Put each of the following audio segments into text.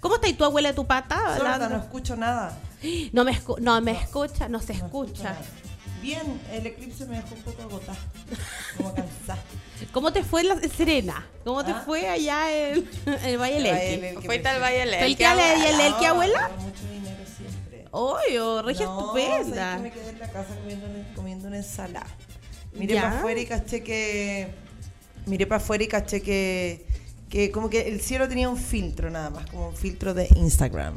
¿Cómo está ahí tu abuela de tu pata? Sorda, no hablando? escucho nada. No me, escu- no me No. escucha, no se No escucha. nada. Bien, el eclipse me dejó un poco agotada. Como cansada. ¿Cómo te fue en la en Serena? ¿Cómo te Ah. fue allá en, en el Valle del Valle Elqui? del Elqui, Fuiste al pero- Valle ¿Fue el del que habla de Elqui, No, abuela? tengo mucho dinero siempre. ¡Oy, oh, regia No, ¿sabes estupenda! qué? me quedé en la casa comiendo una, comiendo una ensalada. Miré Ya. para afuera y caché que. Miré para afuera y caché que. Que como que el cielo tenía un filtro nada más, como un filtro de Instagram.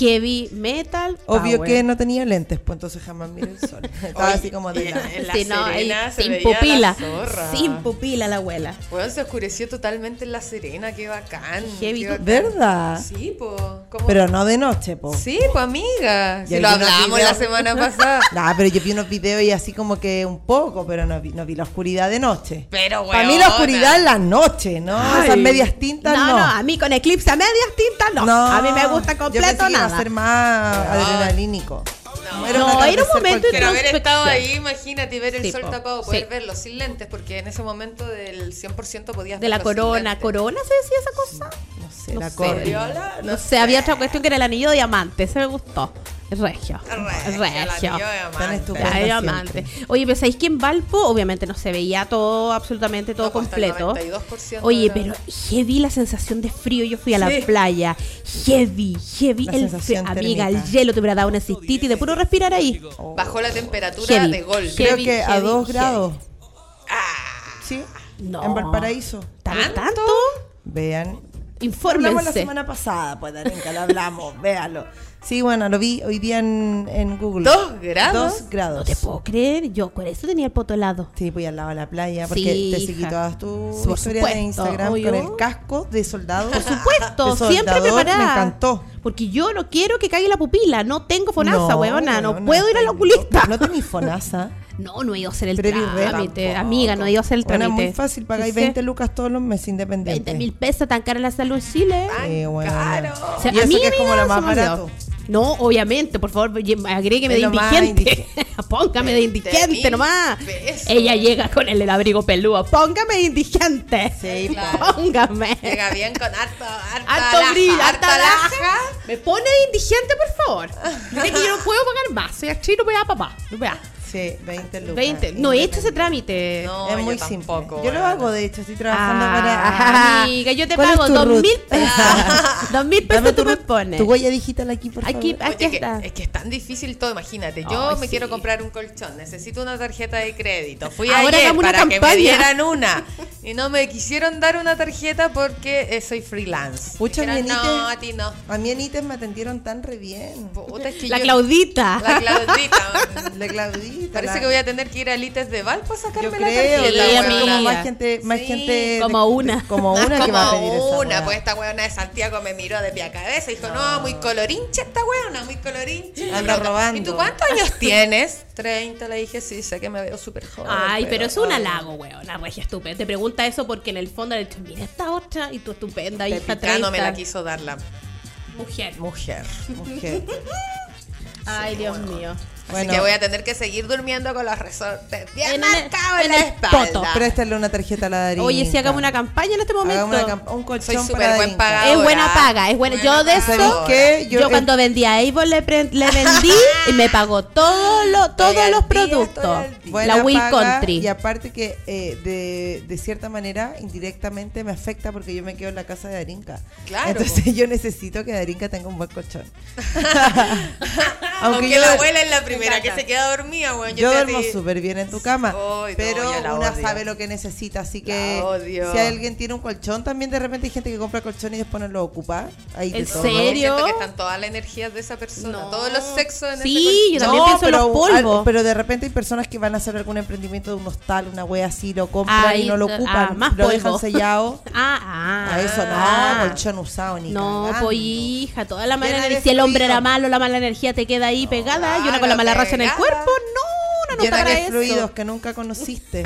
Heavy metal. Obvio power. que no tenía lentes, pues entonces jamás miré el sol. Estaba así como de Oye, lado. en la Sí, no, ahí, Serena se sin veía pupila. la zorra. Sin pupila la abuela. Bueno, se oscureció totalmente en la Serena, qué bacán. Heavy, qué tú- bacán. ¿Verdad? Sí, po. ¿Cómo- Pero no de noche, po. Sí, po, amiga. Y Si hay lo unos hablamos videos- la semana pasada. Nah, pero yo vi unos videos y así como que un poco, pero no vi, no vi la oscuridad de noche. Pero, Para mí la huevona. oscuridad es la noche, ¿no? Esas Ay. medias tintas No, no, a mí con eclipse a medias tintas no. A mí me gusta yo pensé completo que iba a nada. ser más adrenalínico. No. No, atardecer era un momento cualquiera. Pero haber estado Introspección. ahí, imagínate, ver el Sí, sol po. tapado, poder Sí. verlo sin lentes, porque en ese momento del 100% podías De la verlo sin corona. lentes. ¿Corona se decía esa cosa? No sé, No la sé. corona. Viola, No sé, había otra cuestión que era el anillo de diamante. Ese me gustó. Regio. Regio, Regio. la viola, Tan man. estupenda Ya, siempre. diamante. Oye, pero ¿sabéis que en Valpo obviamente no se veía todo, absolutamente todo No, pues, hasta el completo? 92% Oye, era- pero heavy la sensación de frío. Yo fui a la Sí. playa. Heavy, heavy. La el frío. sensación Amiga, el térmica. hielo te hubiera dado una cistitis de puro respirar ahí. Bajó la temperatura Heavy. de golpe. Creo heavy, que a heavy, 2 heavy. grados. Ah. ¿Sí? No. En Valparaíso. ¿Tanto? ¿Tanto? Vean. Hablamos la Infórmense. semana pasada, pues, Darinka, lo hablamos, véalo. Sí, bueno, lo vi hoy día en, en Google. ¿Dos grados? Dos No grados. te puedo creer. Yo con eso tenía el poto helado. Sí, voy al lado de la playa porque Sí, te seguí hija. todas tus Por historias de supuesto, Instagram obvio. con el casco de soldado. Por supuesto, De siempre soldador, preparada. Me encantó. Porque yo no quiero que caiga la pupila. No tengo fonasa, huevona. No huevona, puedo ir al no, oculista. No tenés fonasa. No, no he ido a hacer el Pero eres re trámite. tampoco. Amiga, no he ido a hacer el Bueno, trámite. es muy fácil, pagáis 20 lucas todos los meses independientes. 20 mil pesos, tan cara la salud en Chile. Sí, bueno. Claro. O sea, Ah, y eso mí, que es como amiga, la más se me olvidó. barato. No, obviamente, por favor, ye- agrégueme Es de lo más indigente. Póngame de 20.000 indigente nomás. pesos. Ella llega con el abrigo peludo. Póngame de indigente. Sí, claro. Póngame. Llega bien con harto, harta Harto laja, brillo, harta harta laja. laja. Me pone de indigente, por favor. Dice que yo no puedo pagar más. Soy actriz, no voy a papá. No voy a. Sí, 20 lucas. 20. No he hecho ese Independiente. trámite. No, Es yo muy tampoco, simple. Yo lo bueno. hago, de hecho, estoy trabajando para. Ah, Amiga, yo te ¿Cuál es pago tu dos root? mil pesos. Dos mil Dame pesos tú tu me root, pones. Tu huella digital aquí, por Aquí, favor. Oye, aquí que- está. es que es tan difícil todo, imagínate. Yo Ay, me sí. quiero comprar un colchón, necesito una tarjeta de crédito. Fui Ahora ayer hagamos una para que me campaña. dieran una y no me quisieron dar una tarjeta porque eh, soy freelance. Pucha, Dijeron, mi Anita- no, a ti no. A mí en ITES me atendieron tan re bien. Puta, es que La yo- Claudita. La Claudita. La Claudita. Parece la- que voy a tener que ir a Lites de Valpo a sacarme Yo la creo, tarjeta. Sí, debe weona. haber como amiga. más gente, más Sí, gente como una. como una que va a pedir esa Como una, weá. pues esta weona de Santiago me miró de pie a cabeza y dijo, no, muy colorincha esta weona, muy colorincha. Anda Y yo, robando. ¿Y tú cuántos años tienes? 30, le dije, sí, sé que me veo súper joven. Ay, pero es un halago, weón. La regia estupenda. Te pregunta eso porque en el fondo le dicho, mira esta otra y tú estupenda y esta Pepita no me la 30. quiso dar la Mujer. mujer. Mujer. Ay, Dios mío. Bueno, Así que voy a tener que seguir durmiendo con los resortes bien En el- marcados en en la el poto. espalda. préstale una tarjeta a la Darín. Oye, si hagamos una campaña en este momento. un Soy colchón para súper buen Darinka. pagador. Es buena paga, es buena. yo de ¿Sabes eso, qué? yo, Yo- cuando vendí a Avon le, pre- le vendí y me pagó todo lo- todos al los día, estoy productos. al día. Buena la Will paga, Country. Y aparte que eh, de, de cierta manera, indirectamente me afecta porque yo me quedo en la casa de Darinka. Claro, Entonces yo necesito que Darinka tenga un buen colchón. Aunque, yo- la abuela es la primera que encanta. se queda dormida, weón. Yo estoy duermo así- súper bien en tu cama, Ay, no, pero yo la una odio. sabe lo que necesita, así que La odio. si alguien tiene un colchón, también de repente hay gente que compra colchón y después no lo ocupa. Ahí ¿En de todo. serio? Siento que están todas las energías de esa persona, No. todos los sexos en Sí, ese yo también pienso en los polvos. al- pero de repente hay personas que van a hacer algún emprendimiento de un hostal, una wea así, lo compran Ahí y no lo está. ocupan, Ah, más lo polvo. dejan sellado. Ah, ah. a eso Ah. no, colchón usado ni No, cagando. pues hija, toda la mala Llena de energía. Si el hombre fluido. era malo, la mala energía te queda ahí pegada y una con la claro, mala raza en el pegada. cuerpo. No, no, no está Llena para de eso. fluidos que nunca conociste.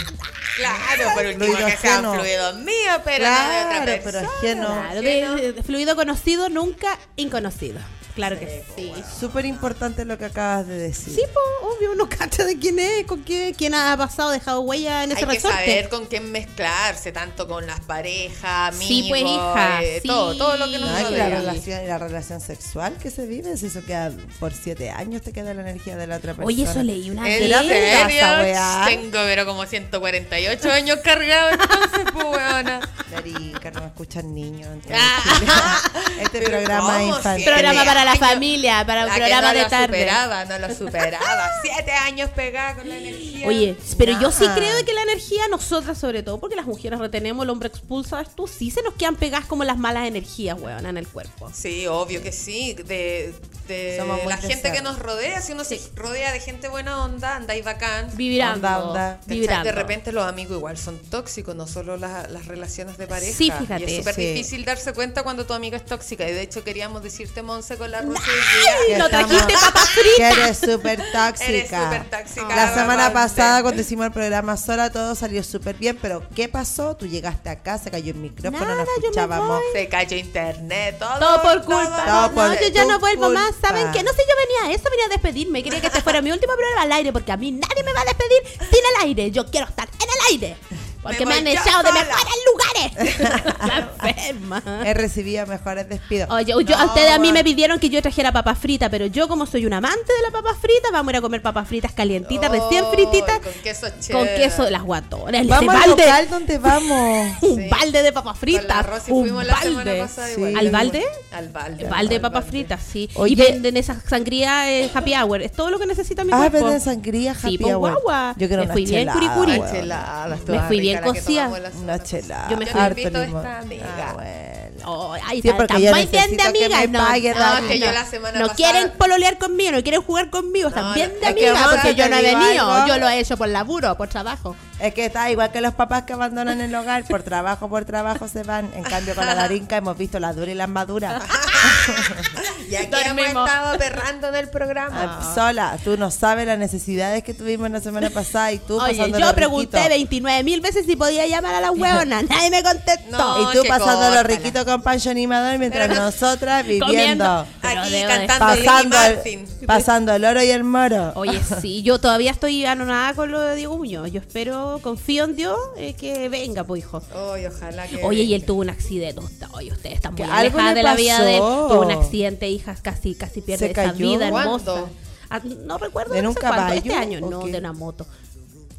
Claro, pero el Fluido que sean ajeno. fluidos míos, pero no de claro, otra pero persona. ajeno. Claro, de- de- de fluido conocido, nunca inconocido. Claro que sí. Súper importante lo que acabas de decir. Sí, pues, obvio, uno cacha de quién es, con qué, quién ha pasado, dejado huella en ese Hay que resorte. saber con quién mezclarse, tanto con las parejas, amigos, Sí, pues, hija, eh, sí. todo, todo lo que nos No, y rodea. la relación, la relación sexual que se vive, si eso queda por siete años, te queda la energía de la otra persona. Oye, eso leí una En vez. la Era verga esa feria weá. tengo pero como 148 años cargado entonces, pues weona. Larica, no escuchan niños. no entienden Ah. chile. este Pero programa es ¿cómo infantil. siete Programa para la años? familia, para un La que programa no de lo tarde. superaba, no lo superaba. Siete años pegada con la energía. Oye, pero yo sí Nada. creo de que la energía, nosotras sobre todo, porque las mujeres retenemos, el hombre expulsa, tú sí se nos quedan pegadas como las malas energías, weón, en el cuerpo. Sí, obvio que sí. De, de Somos muy la gente deseables. que nos rodea, si uno se rodea de gente buena onda, andáis bacán. Vibrando. Onda, onda. ¿Cachai? Vibrando. De repente los amigos igual son tóxicos, no solo las, las relaciones de pareja. Sí, Y fíjate, es súper sí. difícil darse cuenta cuando tu amiga es tóxica. Y de hecho queríamos decirte, Monse, con la Rosy. Que Lo estamos- trajiste papas fritas. Que eres súper tóxica. Eres súper tóxica, La semana Valverde. pasada, cuando hicimos el programa sola, todo salió súper bien. Pero, ¿qué pasó? Tú llegaste acá, se cayó el micrófono, Nada, no yo me escuchábamos. Se cayó internet, todo. Todo por culpa. Todo no, por no, yo ya tu no vuelvo culpa. más. ¿Saben qué? No sé, yo venía a eso, venía a despedirme. Quería que este fuera mi último programa al aire, porque a mí nadie me va a despedir sin el aire. Yo quiero estar en el aire. Porque me, Me han voy yo echado de sola. mejores lugares. La enferma. He recibido mejores despidos. Oye, yo- a ustedes a mí me pidieron que yo trajera papas fritas, pero yo como soy un amante de la papas fritas, vamos a ir a comer papas fritas calientitas, Oh, recién frititas, Con queso con cheddar. queso de las guatonas, ese Vamos al balde, local donde vamos. un Sí. balde de papas Con la fritas, Rosy un fuimos la semana balde. pasada Sí. igual. ¿Al balde? Al balde. El balde de al papas balde. fritas, sí. Oye. Y venden esa sangría eh, happy hour. Es todo lo que necesita mi Ah, cuerpo. venden sangría happy Sí, pues, hour. guagua. Yo quiero me una fui bien chelada, curicuri. weón. Cheladas, Me fui bien cocida. Una chelada. Yo me fui- harto invito a limón. esta amiga. Ah, bueno. Oh, ay, Sí, tan- porque tan yo mal bien de necesito que amiga. me no, pague, no, Dani. no, Que yo la semana no pasada- quieren pololear conmigo, no quieren jugar conmigo. Están No, bien no, de es que amiga vamos, porque te yo no he digo venido. algo. Yo lo he hecho por laburo, por trabajo. Es que está igual que los papás que abandonan el hogar, por trabajo, por trabajo se van. En cambio, con la larinca hemos visto las duras y las maduras. Y aquí hemos Dormimos. estado perrando en el programa. Ah, Sola, tú no sabes las necesidades que tuvimos la semana pasada y tú Oye, pasándolo yo pregunté riquito. 29 mil veces si podía llamar a la huevona. Nadie me contestó. No, Y tú que pasándolo córtala. riquito con pancho animador mientras Pero no- nosotras Comiendo. viviendo, Pero Aquí debo cantando Lili pasando, Martin. el, pasando el oro y el moro. Oye, sí, yo todavía estoy anonada con lo de Diego Muñoz. Yo espero, confío en Dios eh, que venga, pues hijo. Ay, ojalá que. Oye, y él tuvo un accidente. Usta- Oye, ustedes están Que muy algo alejadas le de la vida pasó. de él. Tuvo un accidente, hijas, casi, casi pierde ¿Se esa cayó? vida hermosa. ¿Cuándo? Ah, no recuerdo ¿De no un sé cuándo, caballo este año, o no, qué? de una moto.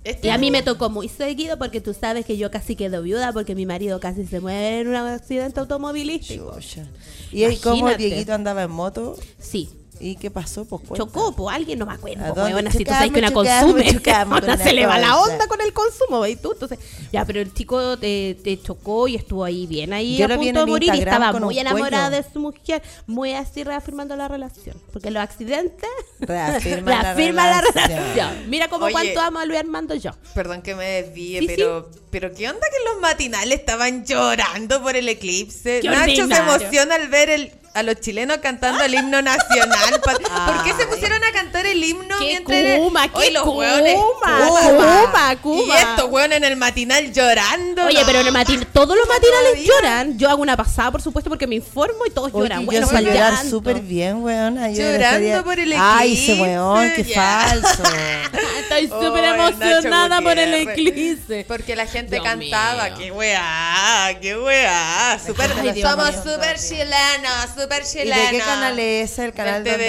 Este Y a mí me tocó muy seguido porque tú sabes que yo casi quedo viuda porque mi marido casi se muere en un accidente automovilístico. Chucha. Y es como Imagínate. Dieguito andaba en moto Sí, y qué pasó, pues cuenta. chocó, po, alguien, no me acuerdo. ¿A po, dónde weona, si tú chocamos, sabes que una chocamos, consume, chocamos weona, con se una le va la cosa? onda con el consumo, ¿veis tú? Entonces, ya, pero el chico te, te chocó y estuvo ahí bien ahí Yo a lo vi punto de en morir y Instagram estaba con un muy enamorada cuello. de su mujer, muy así reafirmando la relación. Porque los accidentes Reafirman la reafirman la relación. relación. Mira cómo Oye. cuánto amo a Luis Armando yo. Perdón que me desvíe, Sí, pero, pero ¿qué onda que los matinales estaban llorando por el eclipse? Qué Nacho se ordinario. emociona al ver el, a los chilenos cantando el himno nacional. Pa- ¿Por qué se pusieron a cantar el himno ¡Qué mientras era- Kuma, Oye, qué los Kuma, hueones- Kuma, Kuma. Y estos hueones en el matinal llorando. Oye, no. pero en el matin- todos los matinales Todavía. lloran. Yo hago una pasada, por supuesto, porque me informo y todos Oye, lloran. yo Bueno, sé fue llorar llanto. súper bien, weón. Ay, yo Llorando dejaría- por el Ay, ese eclipse, weón, qué ya. falso. Estoy súper Ay, Nacho emocionada por el Gutiérrez. eclipse. Porque la gente Dios cantaba, mío. qué weá, qué weá. Super, Ay, Dios somos mío. super chilenos, super ¿Y chilenos. de qué canal es ese? El canal Del donde,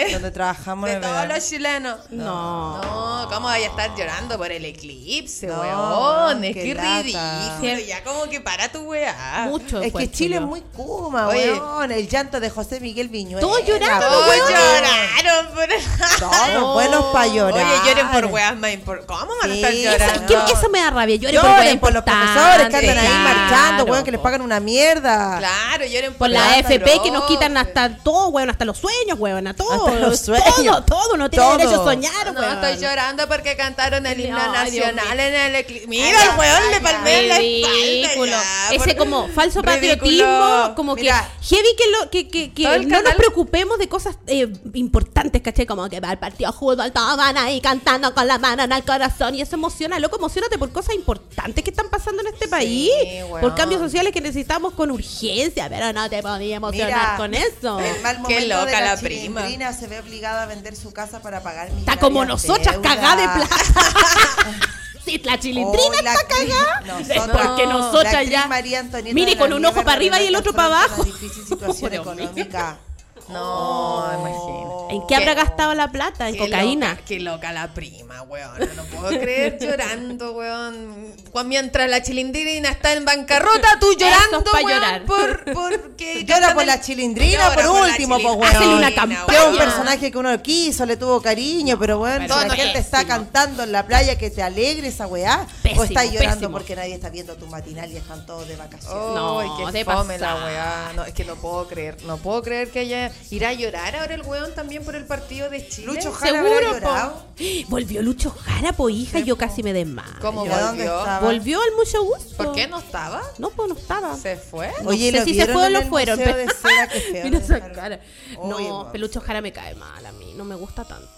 TVN. donde trabajamos. De en todos verano. los chilenos. No. No, ¿cómo vaya a estar llorando por el eclipse, No, weón? Es qué que lata. ridículo. Ya como que para tu weá. Mucho. Es fue que el Chile es frío. muy kuma, pues, Oye. weón. El llanto de José Miguel Viñuela. Todos llorando, Todos weón. weón. lloraron por Todos buenos pa' llorar. Oye, lloren por weas más importantes. ¿Cómo van a estar Sí. Eso, llorando? es que eso me da rabia. Lloren, Lloren por, por, los profesores que andan ahí claro, marchando, weón, que les pagan pagan una mierda. Claro, lloren por, Por la weas AFP que nos quitan atroces. hasta todo, weón, hasta los sueños, weón, a todo. Hasta los sueños. Todo, todo, no tiene Todo. derecho a soñar, No, weón. estoy llorando porque cantaron el himno No, ay, Dios nacional en el eclipse. Mira, Ay, el weón ay, le ay, palmé la Ridículo. espalda. ya, Ese por- como falso Ridículo. patriotismo, como Mira, que heavy que, lo, que, que, que Todo el no nos canal- preocupemos de cosas eh, importantes, ¿cachai? Como que va el partido de fútbol, todos van ahí cantando con la mano en el corazón y eso emociona, loco, emocionate por cosas importantes que están pasando en este país, weón. por cambios sociales que necesitamos con urgencia, pero no te podías emocionar ver con eso. El mal Qué momento de loca la, la prima. chilindrina se ve obligada a vender su casa para pagar Está como millonarias nosotras, deudas. cagada de plata. Sí, la chilindrina Oh, la está actriz- cagada. nosotras. Es porque No, La nosotras actriz ya. María Antonieta mire, de con la un ojo Nieve para arriba y el otro relata para abajo. una difícil situación Dios mío. económica. No, imagínate. ¿En qué habrá gastado la plata? ¿En Qué cocaína? loca- qué loca la prima, weón. No puedo creer llorando, weón. Cuando- Mientras la chilindrina está en bancarrota, tú es llorando, pa' weón, llorar. Por, porque Llora por la chilindrina, por Llora por la último, pues, chilindrina, weón. Hacele una Que campaña. es weón. un personaje que uno lo quiso, le tuvo cariño, pero bueno, pero si la no, gente está pésimo. cantando en la playa, que te alegre esa weá. Pésimo, o está llorando pésimo. porque nadie está viendo tu matinal y están todos de vacaciones. Oh, No, no, de qué fome la pasar. weá. No, es que no puedo creer. No puedo creer que haya. ¿Irá a llorar ahora el weón también por el partido de Chile? Lucho Jara habrá Seguro, llorado. po. Volvió Lucho Jara, po, hija, y yo casi me desmayo. ¿Cómo ¿Ya dónde volvió? estaba? Volvió al mucho gusto. ¿Por qué no estaba? No, pues no estaba. ¿Se fue? No Oye, sé ¿lo si se vieron fue o en lo el fueron. Museo pero- de Cera? Qué feo Mira esa dejaron. cara. Oye, No, guapo. Pelucho Jara me cae mal a mí. No me gusta tanto.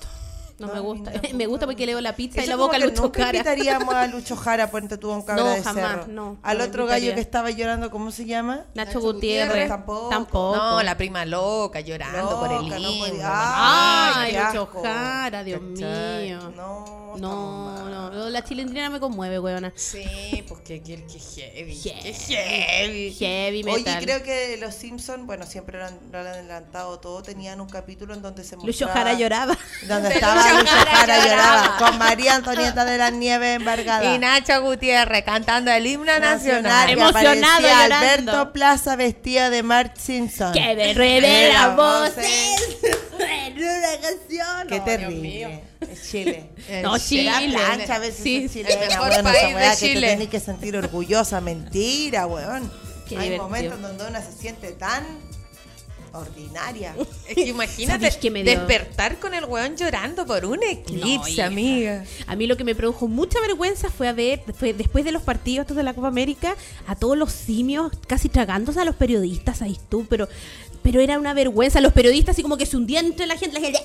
No, No, me a mí gusta. tampoco. me gusta porque leo la pizza y Eso la como boca a que Lucho nunca Jara. invitaríamos a Lucho Jara por entre tú a un cabra No, de jamás, cerro. no, Al no lo otro gallo invitaría. que estaba llorando, ¿cómo se llama? Nacho Gutiérrez. Gutiérrez, tampoco. No, la prima loca llorando por el Loca, no himno. podía- Ay, Ay, qué Lucho asco. Jara, Dios ¿Cachai? mío. No, estamos No, mal. no, no, la chilindrina me conmueve, weona. Sí, pues que, que, que heavy. Heavy. Que heavy. Heavy metal. Oye, creo que los Simpsons, bueno, siempre lo han, lo han adelantado todo, tenían un capítulo en donde se Lucho mostraba... Jara lloraba. Donde Donde estaba Lucho Lucho, Jara Jara lloraba. lloraba, con María Antonieta de las Nieves embargada. Y Nacho Gutiérrez cantando el himno Nacional, nacional. que Emocionado, aparecía llorando. Alberto Plaza vestía de Mark Simpson. Que me revela Era voces en una canción. Qué No, Dios mío. terrible. Es Chile. No, Chile. La plancha, a veces Sí, es sí. chilena, El mejor weón, esa país de weá que Chile. te tenés que sentir orgullosa, mentira, weón. Qué Hay divertido. momentos donde una se siente tan ordinaria. Es que imagínate ¿Sabes qué me dio? despertar con el weón llorando por un No, eclipse, hija. amiga. A mí lo que me produjo mucha vergüenza fue a ver, fue después de los partidos estos de la Copa América, a todos los simios casi tragándose a los periodistas, ahí tú, pero, pero era una vergüenza. Los periodistas así como que se hundían entre la gente, la gente...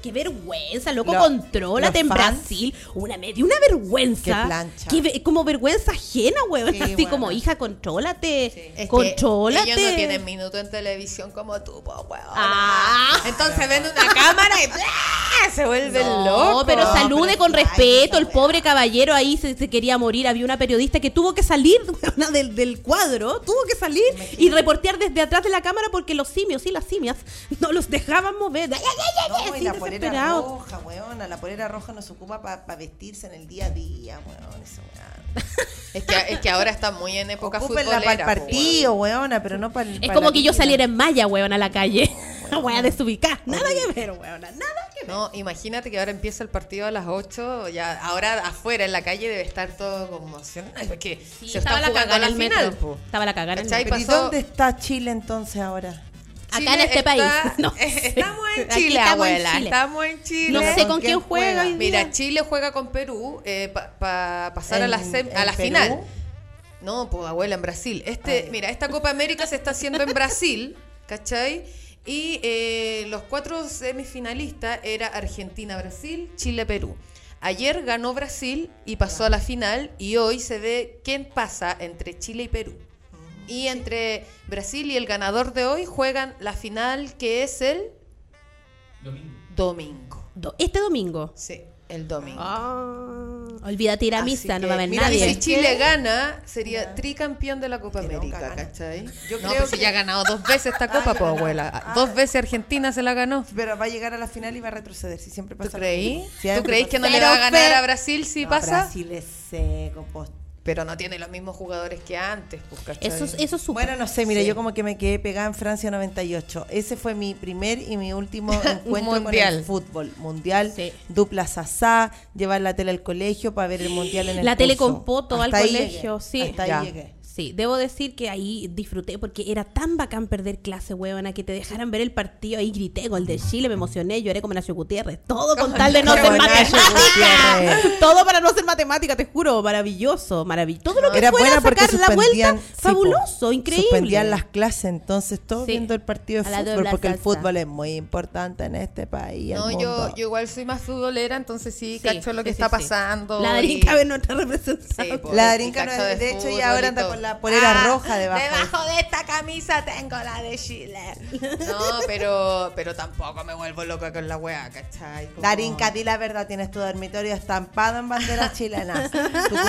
¡Qué vergüenza, loco! Lo- contrólate en los fans. Brasil. Una, me dio una vergüenza. Qué plancha. Qué ve- como vergüenza ajena, weón. Sí, así bueno. como, hija, contrólate. Es que Contrólate. Este, Ellos no tienen minuto en televisión como tú, po, weón. Ah. Entonces ven una cámara y ¡bla! se vuelven No, locos. pero No, salude pero con sí hay respeto. mucha El wea. pobre caballero ahí se, se quería morir. Había una periodista que tuvo que salir weona, del, del cuadro, tuvo que salir y reportear desde atrás de la cámara porque los simios y las simias no los dejaban mover. ¡Ay, ay, ay, ay! No, y Así la polera desesperados. roja, weón. La polera roja nos ocupa para vestirse en el día a día, weón. Eso, weón. Es que, es que ahora está muy en época Ocúpenla futbolera. para el po, partido, weona, pero no para el Es como que yo saliera en malla, weón, a la calle. Voy a desubicar. Nada que ver, weón. Nada que ver. No, imagínate que ahora empieza el partido a las 8, ya ahora afuera en la calle debe estar todo conmocionado porque se está jugando la final. po. Estaba la cagada en el ¿Cachai? metro. ¿Pero y pasó- dónde está Chile entonces ahora? Acá Chile en este está- eh, país. No sé. estamos en Aquí Chile, estamos en abuela. Chile. Estamos en Chile. No sé con ¿Con quién quién juega. juega? hoy día. Mira, Chile juega con Perú para pasar a En- la, sem- a en la Perú. final. No, pues abuela, en Brasil. Este, Ay. mira, esta Copa América se está haciendo en Brasil, ¿cachai? Y eh, los cuatro semifinalistas era Argentina, Brasil, Chile, Perú. Ayer ganó Brasil y pasó a la final y hoy se ve quién pasa entre Chile y Perú. Y entre Brasil y el ganador de hoy juegan la final que es el domingo. Do- Este domingo. Sí, el domingo. Ah, Olvídate ir a Así misa, no que, va a haber mira, nadie. Y si Chile gana, sería tricampeón de la Copa Que nunca América, gana. ¿cachai? Yo no, creo pues si que- ya ha ganado dos veces esta Ah, Copa, ya pues ganó. abuela. Ah. Dos veces Argentina se la ganó. Pero va a llegar a la final y va a retroceder, si siempre ¿Tú pasa. lo creí? mismo. ¿Tú Siempre creís que pasa no le lo va a mismo. ganar a Brasil si No, pasa? Brasil es seco, post. Pero no tiene los mismos jugadores que antes, pues, ¿cachai? Eso, es- eso es súper. Bueno, no sé, mira, Sí. yo como que me quedé pegada en Francia 98. Ese fue mi primer y mi último encuentro con Mundial. el fútbol. Mundial, Sí. dupla sasá, llevar la tele al colegio para ver el mundial en el La tele curso. con poto Hasta al ahí colegio, llegué, sí. Hasta Ya. ahí llegué. Sí, debo decir que ahí disfruté porque era tan bacán perder clase, huevona, que te dejaran ver el partido. Ahí grité gol de Chile, me emocioné, lloré como Nacho Gutiérrez. Todo con tal de no Como ser Mm. Nacho matemática. Gutiérrez. Todo para no ser matemática, te juro. Maravilloso, maravilloso. Todo lo que Era fuera buena porque sacar la suspendían, vuelta, sí, po, fabuloso, increíble. Suspendían las clases, entonces todo Sí. viendo el partido de A la fútbol, dupla porque el sasá. fútbol es muy importante en este país. No, el yo, mundo. yo igual soy más futbolera, entonces sí, Sí, cacho lo que sí, está sí, sí. pasando. La y- Darín cabe en nuestra representación. Sí, po. La y Darinka no cacho es, de de hecho fútbol y y ahora anda todo. con la polera Ah, roja debajo. Debajo de esta camisa tengo la de Chile. No, pero, pero tampoco me vuelvo loca con la weá, ¿cachai? Como- Oh. Darinka, di la verdad, tienes tu dormitorio estampado en banderas chilenas. Tu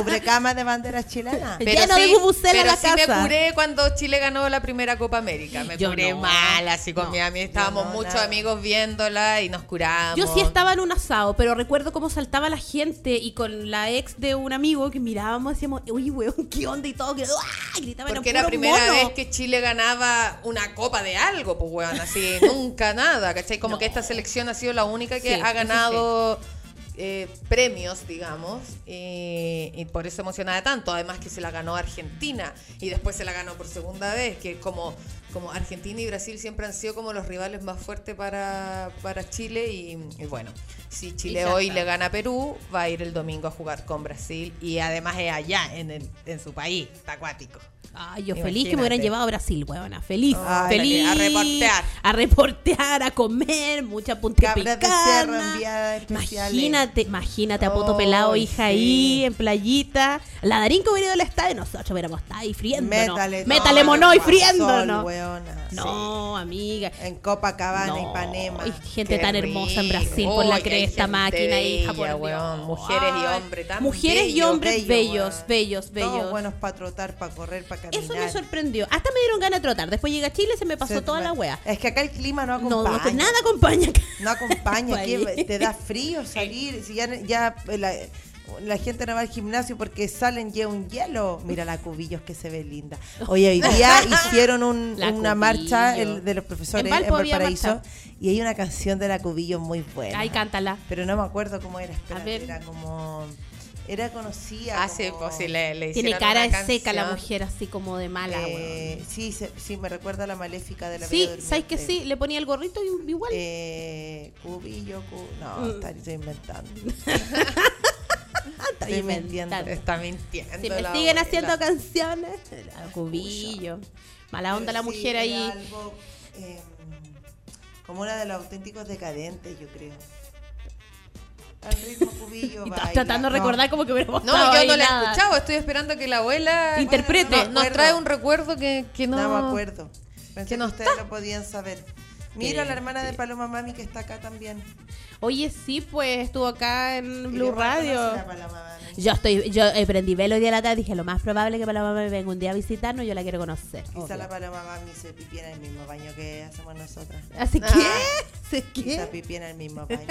cubrecama de banderas chilenas. Pero Lleno de bubucela pero la sí me casa. curé cuando Chile ganó la primera Copa América. Me Yo curé no. mal, así con mi amiga. Estábamos no, muchos nada. amigos viéndola y nos curamos. Yo sí estaba en un asado, pero recuerdo cómo saltaba la gente y con la ex de un amigo que mirábamos decíamos, uy, weón, qué onda y todo, que ¡ah! gritaban Porque era la puro primera mono. vez que Chile ganaba una copa de algo, pues, weón, así, nunca nada, ¿cachai? Como que esta selección ha sido la única que Sí, ha eso ganado eh, premios, digamos, y, y por eso emocionada tanto. Además que se la ganó Argentina y después se la ganó por segunda vez, que como, como Argentina y Brasil siempre han sido como los rivales más fuertes para, para Chile y, y bueno, si Chile ya hoy está. le gana a Perú, va a ir el domingo a jugar con Brasil y además es allá, en, el, en su país, está acuático. Ay, yo feliz que me hubieran Imagínate. llevado a Brasil, weona. Feliz, Ay, feliz. la que- a reportear. A reportear, a comer, mucha punta Cabras de cerro, enviada picana. especiales. Imagínate, imagínate a Oh, Poto Ay, Pelado, hija sí. ahí, en playita. La Darinco hubiera ido al estadio, nosotros hubiéramos estado ahí friéndonos. Métale, Métale no, mono y Sol, friéndonos. weona, sí. No, amiga. En Copacabana, No, Ipanema. y gente Qué tan hermosa en rico. Brasil por Uy, la hay cresta gente máquina hija bella, por weón. Dios. Mujeres y Ay, hombres tan mujeres y bellos, hombres bellos, weón. bellos, bellos. Todos buenos para trotar, para correr, para caminar. Eso me sorprendió. Hasta me dieron ganas de trotar. Después llegué a Chile y se me pasó Se- toda la wea. Es que acá el clima no No, acompaña. no, nada acompaña. No acompaña, aquí Ahí. te da frío salir. Si ya, ya la, la gente no va al gimnasio porque salen lleva un hielo. Mira la cubillos que se ve linda. Oye, hoy día hicieron un- La una Cubillos. marcha el- de los profesores En en, Valpo había Valparaíso marcha. y hay una canción de la cubillos muy buena. Ay, cántala. Pero no me acuerdo cómo era. espérate, A ver. Era como. Era conocida. Ah, sí, como- pues sí, le, le Tiene hicieron cara una de seca la canción. mujer, así como de mala, weón. eh, sí, se- sí, me recuerda a la maléfica de la Ah, Sí, Bella ¿sabes que Durmiente. sí? Le ponía el gorrito y igual. Eh, cubillo, cu- Mm. No, está- estoy inventando. estoy mintiendo. inventando. Está mintiendo. si me la siguen abuela. haciendo canciones. la Cubillo. Mala onda la Sí, mujer era ahí. algo, eh, como una de los auténticos decadentes, yo creo. Al ritmo cubillo. Y t- baila. tratando de No, recordar como que hubiéramos No, estado yo ahí no la he nada. escuchado. Estoy esperando que la abuela Interprete. No, No me nos acuerdo. trae un recuerdo que, que no. No, me acuerdo. Pensé Que que, no ustedes lo podían saber. Mira Sí, la hermana de Paloma Mami que está acá también. Oye, sí, pues estuvo acá en Blue Iremos a conocer Radio. a Paloma Mami. Yo estoy, yo eh, prendí velo hoy día a la tarde dije, lo más probable que Paloma me venga un día a visitarnos, yo la quiero conocer. Quizá obvio. la Paloma Mami se pipiera en el mismo baño que hacemos nosotras. Así Ah. que, ¿se Quizá qué? pipiera en el mismo baño.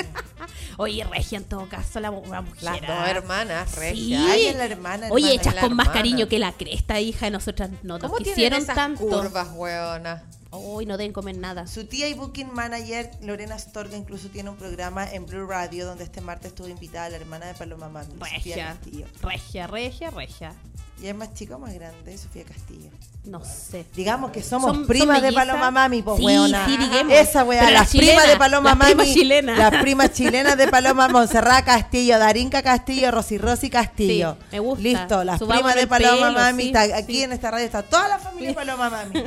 Oye, Regia, en todo caso, la, mu- la mujer. Las dos hermanas, Sí. regia. Ay, es la hermana, Oye, hermana, hechas es la con más hermana. cariño que la cresta, hija de nosotras. No nos ¿Cómo tienen quisieron esas tanto. curvas, weona? Uy, no deben comer nada. Su tía y booking manager Lorena Storga incluso tiene un programa en Blue Radio donde este martes estuvo invitada la hermana de Paloma Mami, Pues Sofía Regia, Castillo. regia, regia, regia. ¿Y es más chica o más grande, Sofía Castillo? No sé. Digamos que somos Son- primas son de mellizas. Paloma Mami, pues Sí, weona. sí, digamos. Esa weá, Pero las las chilenas, primas de Paloma las Mami. primas chilenas. Las primas chilenas de Paloma Monserrat Castillo, Darinka Castillo, Rosy Rosy Castillo. Sí, me gusta. Listo, las Subamos primas de el Paloma pelo, Mami. sí, está- aquí sí. en esta radio está toda la familia de Paloma Mami.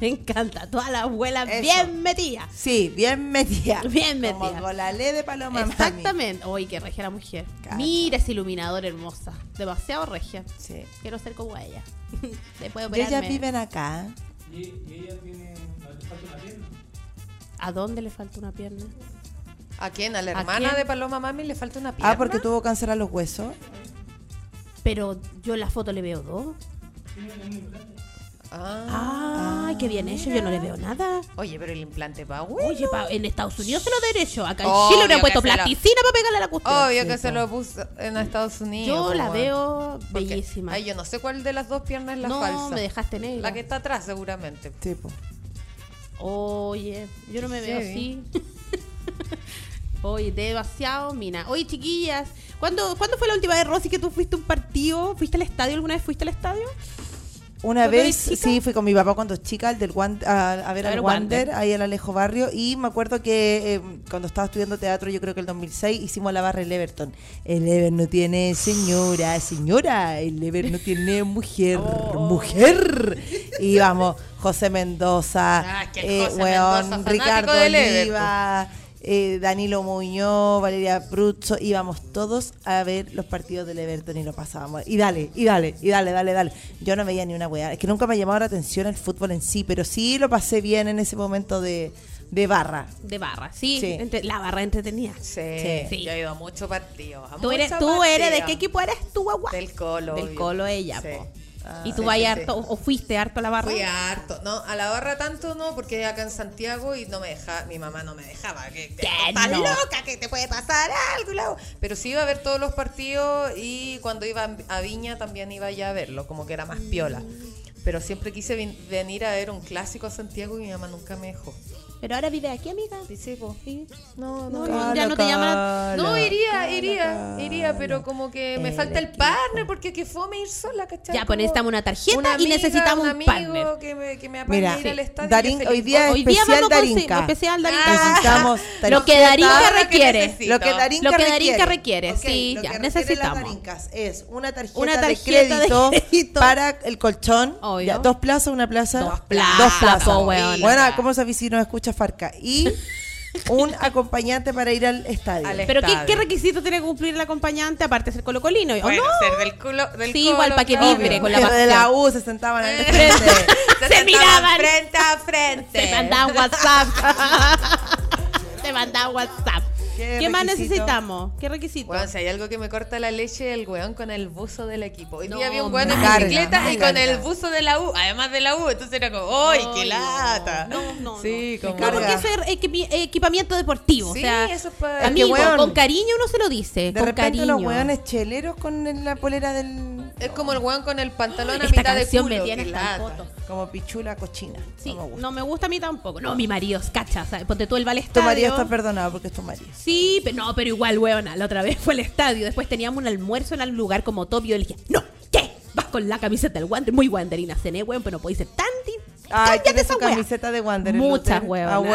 Me encanta. Todas las abuelas Eso. bien metidas. Sí, bien metida. Bien metida. Como Golalé de Paloma Mami. Exactamente. Uy, qué regia la mujer. Cacha. Mira ese iluminador hermosa. Demasiado regia. Sí. Quiero ser como ella. Después de Y ellas operarme. viven acá. Y, y ella tiene. le falta una pierna. ¿A dónde le falta una pierna? ¿A quién? ¿A la ¿A hermana quién? de Paloma Mami le falta una pierna? Ah, porque tuvo cáncer a los huesos. Pero yo en la foto le veo dos. Ah. Ay, qué Ah, bien hecho. Yo no le veo nada. Oye, pero el implante va, güey. Oye, pa- en Estados Unidos se lo derecho. Acá en Obvio Chile hubieran que puesto se lo- plasticina para pegarle a la cuestión. Obvio Sí, que se po. lo puso en Estados Unidos. Yo pues, la weón. veo Porque- bellísima. Ay, yo no sé cuál de las dos piernas es la no, falsa. me dejaste negra. La que está atrás, seguramente. Tipo. Oye, yo no me Sí. veo así. Oye, demasiado mina. Oye, chiquillas, ¿cuándo, ¿cuándo fue la última vez, Rosy, que tú fuiste a un partido? ¿Fuiste al estadio? ¿Alguna vez fuiste al estadio? Una ¿Cuando vez, eres chica? sí, fui con mi papá cuando es chica, al del Wan- a, a ver A ver, al Wander. Wander, ahí al Alejo Barrio. Y me acuerdo que eh, cuando estaba estudiando teatro, yo creo que el 2006, hicimos la barra El Everton. El Everton no tiene señora, señora. El Everton no tiene mujer, Oh. mujer. Y vamos, José Mendoza, Ah, Ah, que el José Mendoza, fanático eh, Ricardo del Everton. Oliva. eh, Danilo Muñoz, Valeria Pruzzo, íbamos todos a ver los partidos del Everton y lo pasábamos. Y dale, y dale, y dale, dale, dale. Yo no veía ni una weá. Es que nunca me ha llamado la atención el fútbol en sí, pero sí lo pasé bien en ese momento de, de barra. De barra, sí. Sí. entre- la barra entretenida. Sí, Sí. yo he ido a muchos partidos. a Tú eres, muchos tú eres, ¿de partidos. qué equipo eres tú, guagua? Del Colo. Del obvio. Colo ella, Sí. po. Ah, y tú sí, vas sí, harto, o fuiste harto a la barra. Fui a harto, no, a la barra tanto no, porque acá en Santiago y no me dejaba, mi mamá no me dejaba, que que ¿Qué? estás No. loca, que te puede pasar algo, la- pero sí iba a ver todos los partidos y cuando iba a Viña también iba ya a verlo, como que era más piola. Pero siempre quise vin- venir a ver un clásico a Santiago y mi mamá nunca me dejó. Pero ahora vive aquí, amiga. Dice, po, Sí. no, No, no. ya no te llama No, iría, iría, cala, iría, pero como que me el falta el equipo. partner, porque que fome ir sola, ¿cachai? Ya, pues Como necesitamos una tarjeta y amiga, necesitamos un amigo partner. Que me, que me apañe Mira, a ir al estadio. Darín, yo hoy feliz. día Hoy día vamos especial a conseguir- Darinka. especial Darinka. Necesitamos Lo que Darinka Ahora que requiere. necesito. Lo que Darinka Lo que requiere. Darinka requiere, Ok, sí, lo ya, que requieren necesitamos. las Darincas es una tarjeta, Una de, tarjeta de crédito crédito. para el colchón. Obvio. Ya, dos plazas, una plaza. Dos plazas, po, weón. Bueno, ¿cómo sabes si no escucha Farca? Y un acompañante para ir al estadio. Al Pero ¿qué, Está qué bien. requisito tiene que cumplir el acompañante aparte de ser colocolino? ¿O ¡Oh, Bueno, no? ser del culo. Del Sí, igual, culo, pa' que claro. vibre con la Los de la pasión. U se sentaban en el Eh. frente. Se, Se sentaban miraban. Frente a frente. Te mandan WhatsApp. Te mandan WhatsApp. ¿Qué ¿Qué, más requisito? necesitamos? ¿Qué requisito? Weón, si hay algo que me corta la leche, el weón con el buzo del equipo. Hoy No, día había un weón me en carga, bicicleta me y con carga. el buzo de la U, además de la U. Entonces era como, ¡ay, qué Ay, no. lata! No, no, Sí, no. como. No, porque Carga. eso es equipi- equipamiento deportivo. Sí, o sea, eso es pa- amigo, Es que, weón, con cariño uno se lo dice. De con repente cariño. los hueones cheleros con la polera del... Es como el weón con el pantalón a Esta mitad de canción culo. me tiene qué hasta el lata. poto. Como pichula cochina. Sí, No me gusta. no me gusta a mí tampoco. No, mi marido es cacha. ¿sabes? Ponte tú el vale Tu marido está perdonado porque es tu marido. Sí, pero no, pero igual, weona, la otra vez fue al estadio. Después teníamos un almuerzo en algún lugar como top. Y yo le dije, no, ¿qué? Vas con la camiseta del Wander. Muy Wanderina cené, weón, pero no podéis ser tan... di- Ay, cámbiate tiene esa su wea. camiseta de Wanderer. Muchas, Luther. weón. Ah,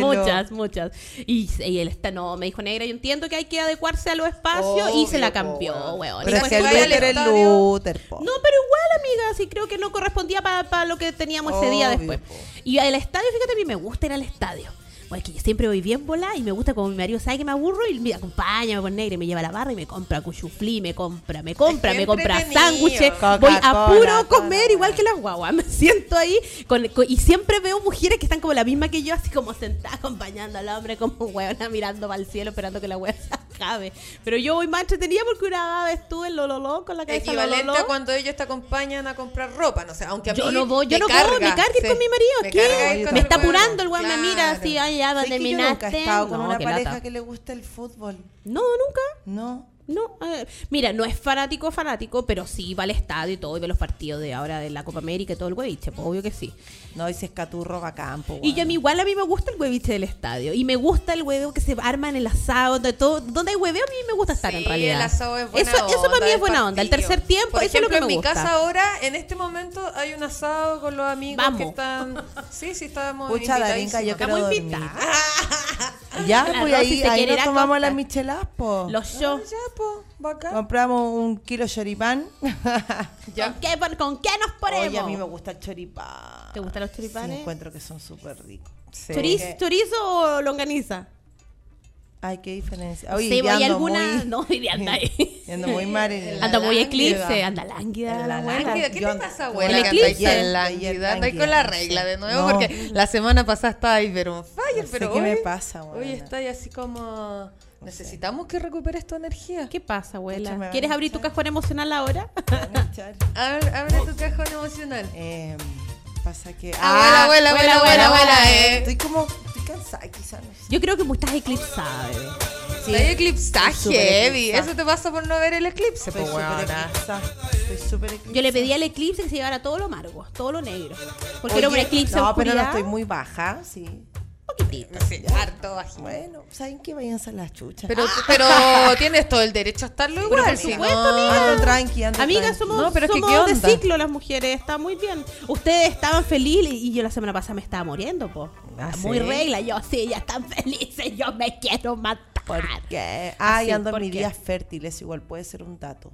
bueno. muchas, muchas. Y, y él está, no, me dijo negra, yo entiendo que hay que adecuarse a los espacios y se Obvio, la po, cambió, weón. weón. Pero Y fue si el igual al Luther es estadio. Luther, po. No, pero igual, amiga, sí creo que no correspondía para lo que teníamos ese día Obvio, después. po. Y al estadio, fíjate, a mí me gusta ir al estadio. Porque yo siempre voy bien volada y me gusta como mi marido sabe que me aburro y me acompaña, me pone negra y me lleva a la barra y me compra cuchuflí, me compra, me compra, Es me que compra entretenido. sándwiches. Coca-Cola, Voy a puro Coca-Cola. comer, igual que las guaguas. Me siento ahí con- con- y siempre veo mujeres que están como la misma que yo, así como sentadas acompañando al hombre, como huevona mirando para el cielo, esperando que la hueá se acabe. Pero yo voy más entretenida porque una vez estuve en Lololó con la cabeza Equivalente Lololó. a cuando ellos te acompañan a comprar ropa, no sé, aunque a Yo mí no voy, yo me no voy, carga, me carga ir sí. con mi marido, Me carga ir ¿qué? con Me el está weón. apurando el weón, me mira Claro. así, ay, ya, ¿Sabes donde que yo nunca he minaste. estado con No, una qué pareja lata. que le gusta el fútbol. No, nunca, No. no. eh, mira, no es fanático fanático, pero sí va al estadio y todo, y ve los partidos de ahora de la Copa América y todo el hueviche, pues, obvio que sí. No, y si es caturro va a campo. Y yo a mí igual a mí me gusta el hueviche del estadio, y me gusta el hueveo que se arma en el asado, de todo, donde hay hueveo a mí me gusta estar Sí, en realidad. el asado es buena eso, eso para onda, mí es el buena onda, el partido. tercer tiempo, Por eso es lo ejemplo, que me en mi gusta. casa ahora, en este momento, hay un asado con los amigos Vamos. que están... Sí, sí, estábamos Pucha, Darinka, yo invitadísimos. quiero Estamos dormir. invitadas. Ya, La pues Rosy ahí, se ahí quiere ir nos a tomamos Costa. las micheladas, po. Los yo. Ya, po, bacán. Compramos un kilo choripán. Ya. ¿Con, qué, ¿Con qué nos ponemos? Oye, a mí me gusta el choripán. ¿Te gustan los Sí, choripanes? encuentro que son súper ricos. Sí. ¿Chorizo, Eh, chorizo o longaniza? Ay, qué diferencia. Oye, Sí, ya hay ando alguna- muy- no, y anda ahí. ya ando muy mal en La Anda muy lánguida. eclipse, anda lánguida. La la abuela. Lánguida, ¿Qué Yo te ando- pasa, abuela? El que andáis eclipse. tan lánguida, andáis con la regla de nuevo, No. porque la semana pasada estaba ahí, pero un fire, No sé pero qué hoy, me pasa, hoy abuela. estáis así como... Necesitamos que recuperes tu energía. ¿Qué Pucha, pasa, me abuela? va ¿Quieres a abrir tu echar. cajón emocional ahora? Echar. Abre, abre tu cajón emocional. Eh, pasa que. ah, Abuela, abuela, abuela, abuela, abuela, eh. Estoy como. Estoy cansada, quizás. No sé. Yo creo que mu- estás eclipsada, bebé. Sí. Hay eclipse, está Estoy súper heavy. eclipsada. Eso te pasa por no ver el eclipse, Estoy pues, súper weona. eclipsada. Estoy súper eclipsada. Yo le pedí al eclipse que se llevara todo lo amargo, todo lo negro. Porque era un Oye, eclipse No, pero oscuridad, no estoy muy baja, sí. poquitito. Sí, harto bajito. Bueno, Ah. ¿saben qué? Váyanse a las chuchas. Pero, pero tienes todo el derecho a estarlo igual. por si supuesto, no- Ah, ando tranqui, ando Amigas, tranqui. somos, No, pero es que somos ¿qué de onda? ciclo las mujeres, está muy bien. Ustedes estaban felices y yo la semana pasada me estaba muriendo, po. Ah, muy ¿sí? regla, yo sí, ellas están felices, yo me quiero matar. ¿Por qué? Ay, Así, ando ¿por en mis qué? días fértiles, igual puede ser un dato.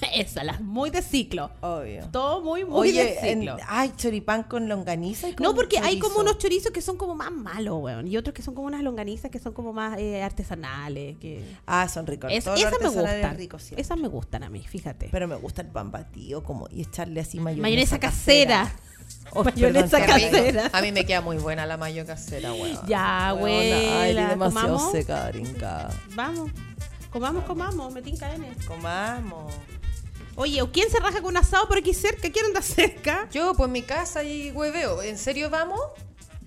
pésalas, muy de ciclo. Obvio. Todo muy, muy Oye, de ciclo. en- ay, choripán con longaniza. y con No, porque hay como chorizo. unos chorizos que son como más malos, weón. Y otros que son como unas longanizas que son como más eh, artesanales. Que... Ah, son ricos. Es- Todo lo esas me artesanal es gustan. rico, sí. esas me gustan a mí, fíjate. Pero me gusta el pan batido como, y echarle así mayonesa, Mayonesa casera. Oh, Mayonesa perdón, Qué rico. casera. A mí me queda muy buena la mayo casera, weón. Ya, Huevona, Ay, abuela, demasiado comamos. seca, brinca. Vamos. Comamos, comamos, me tinca N. Comamos. Oye, ¿o ¿quién se raja con un asado por aquí cerca? ¿Quién anda cerca? Yo, pues en mi casa y hueveo. ¿En serio vamos?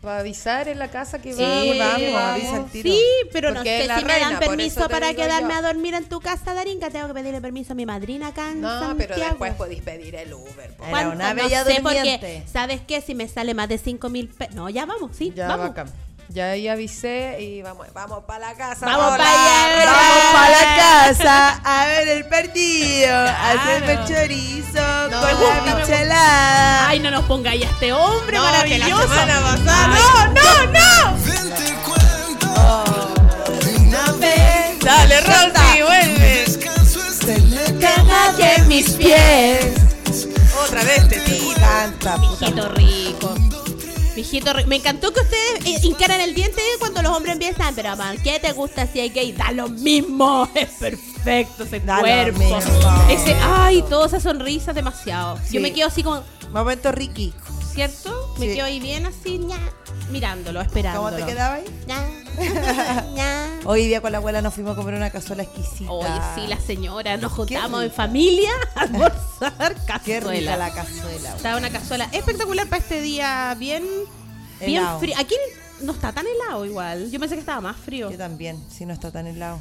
¿Para avisar en la casa que Sí, vamos? vamos, vamos. avisa al tiro. Sí, pero no Porque sé es la si me reina, dan por eso permiso te para digo quedarme yo. a dormir en tu casa, Darinka. Tengo que pedirle permiso a mi madrina acá en No, pero Santiago. después pues, podéis pedir el Uber. po. Era ¿Cuánto? una no bella sé porque, durmiente. ¿sabes qué? Si me sale más de 5 mil pesos. No, ya vamos, sí, Ya, vamos. bacán. Ya ahí avisé y vamos, vamos para la casa. Vamos Paola. pa' allá. Vamos para la casa a ver el partido, a hacerme Claro. chorizo No, con la me gusta. michelada. Ay, no nos pongáis a este hombre maravilloso. no, no, no. Ven, te cuento de una vez. Dale, Rosy, vuelve. Descanso hasta el Cama de mis pies. Otra vez te digo. Tanta puta. Mijito rico. Mijito rico. Me encantó que ustedes eh, hincaran el diente cuando los hombres empiezan. Pero, man, ¿qué te gusta si hay gay? Da lo mismo. Es perfecto ese Da lo cuerpo. mismo. Ese, ay, toda esa sonrisa, demasiado. Sí. Yo me quedo así como, Momento Ricky. ¿cierto? Me Sí. quedo ahí bien así, ña, mirándolo, esperándolo. ¿Cómo te quedaba ahí? Ña, ña. Hoy día con la abuela nos fuimos a comer una cazuela exquisita. Oye, sí, la señora, nos juntamos en rica. familia a almorzar Qué rica cazuela. la cazuela. Está una cazuela espectacular para este día, bien, bien Helado. frío. Aquí no está tan helado igual. Yo pensé que estaba más frío, Yo también, si no está tan helado.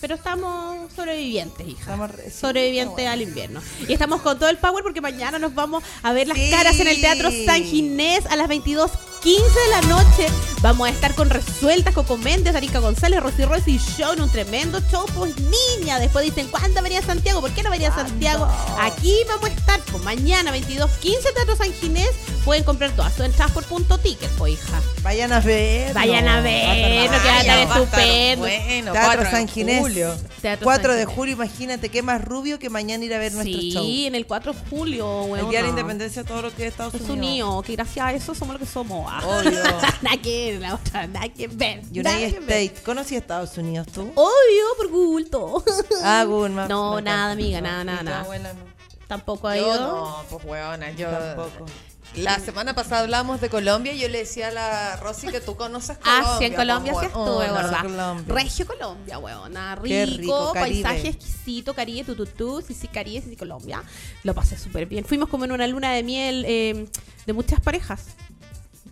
pero estamos sobrevivientes, hija. Estamos re- sí, sobrevivientes está bueno. al invierno. Y estamos con todo el power porque mañana nos vamos a ver las Sí. caras en el Teatro San Ginés a las 22.15 de la noche. Vamos a estar con Resueltas, Coco Méndez, Arica González, Rosy Royce y yo en un tremendo show. Pues niña, después dicen, ¿cuándo venía a Santiago? ¿Por qué no venía a Santiago? Aquí vamos a estar pues, mañana 22.15 Teatro San Ginés. Pueden comprar todas sus entradas por punto ticket, pues hija. Vayan a ver. Vayan a ver, que va a estar Ay, va a estar estupendo. Bueno, Teatro 4 San Ginés. Julio. Teatro 4 San de Ginés. julio, imagínate qué más rubio que mañana ir a ver nuestro show. Sí, en el 4 de julio, El weón, día de la no. independencia, todo lo que es Estados Es Unidos. un IO, que gracias a eso somos lo que somos. ah. Obvio. nada que la otra, nada que ver. nada United que ver. States. ¿Conocí a Estados Unidos tú? Obvio, por Google todo. Ah, Google Maps. No, me encanta. nada, amiga, nada, Y nada, tu nada. abuela no. Tampoco ha Yo ido. no, pues weona, yo Tampoco. La semana pasada hablábamos de Colombia y yo le decía a la Rosy que tú conoces Colombia. Ah, sí, en Colombia sí pues, estuve, weón. oh, no, gorda. Colombia. Regio Colombia, huevona. Qué Rico, rico, Caribe. paisaje exquisito, Caribe, tututú, sí, sí, Caribe, sí, sí, Colombia. Lo pasé súper bien. Fuimos como en una luna de miel eh, de muchas parejas.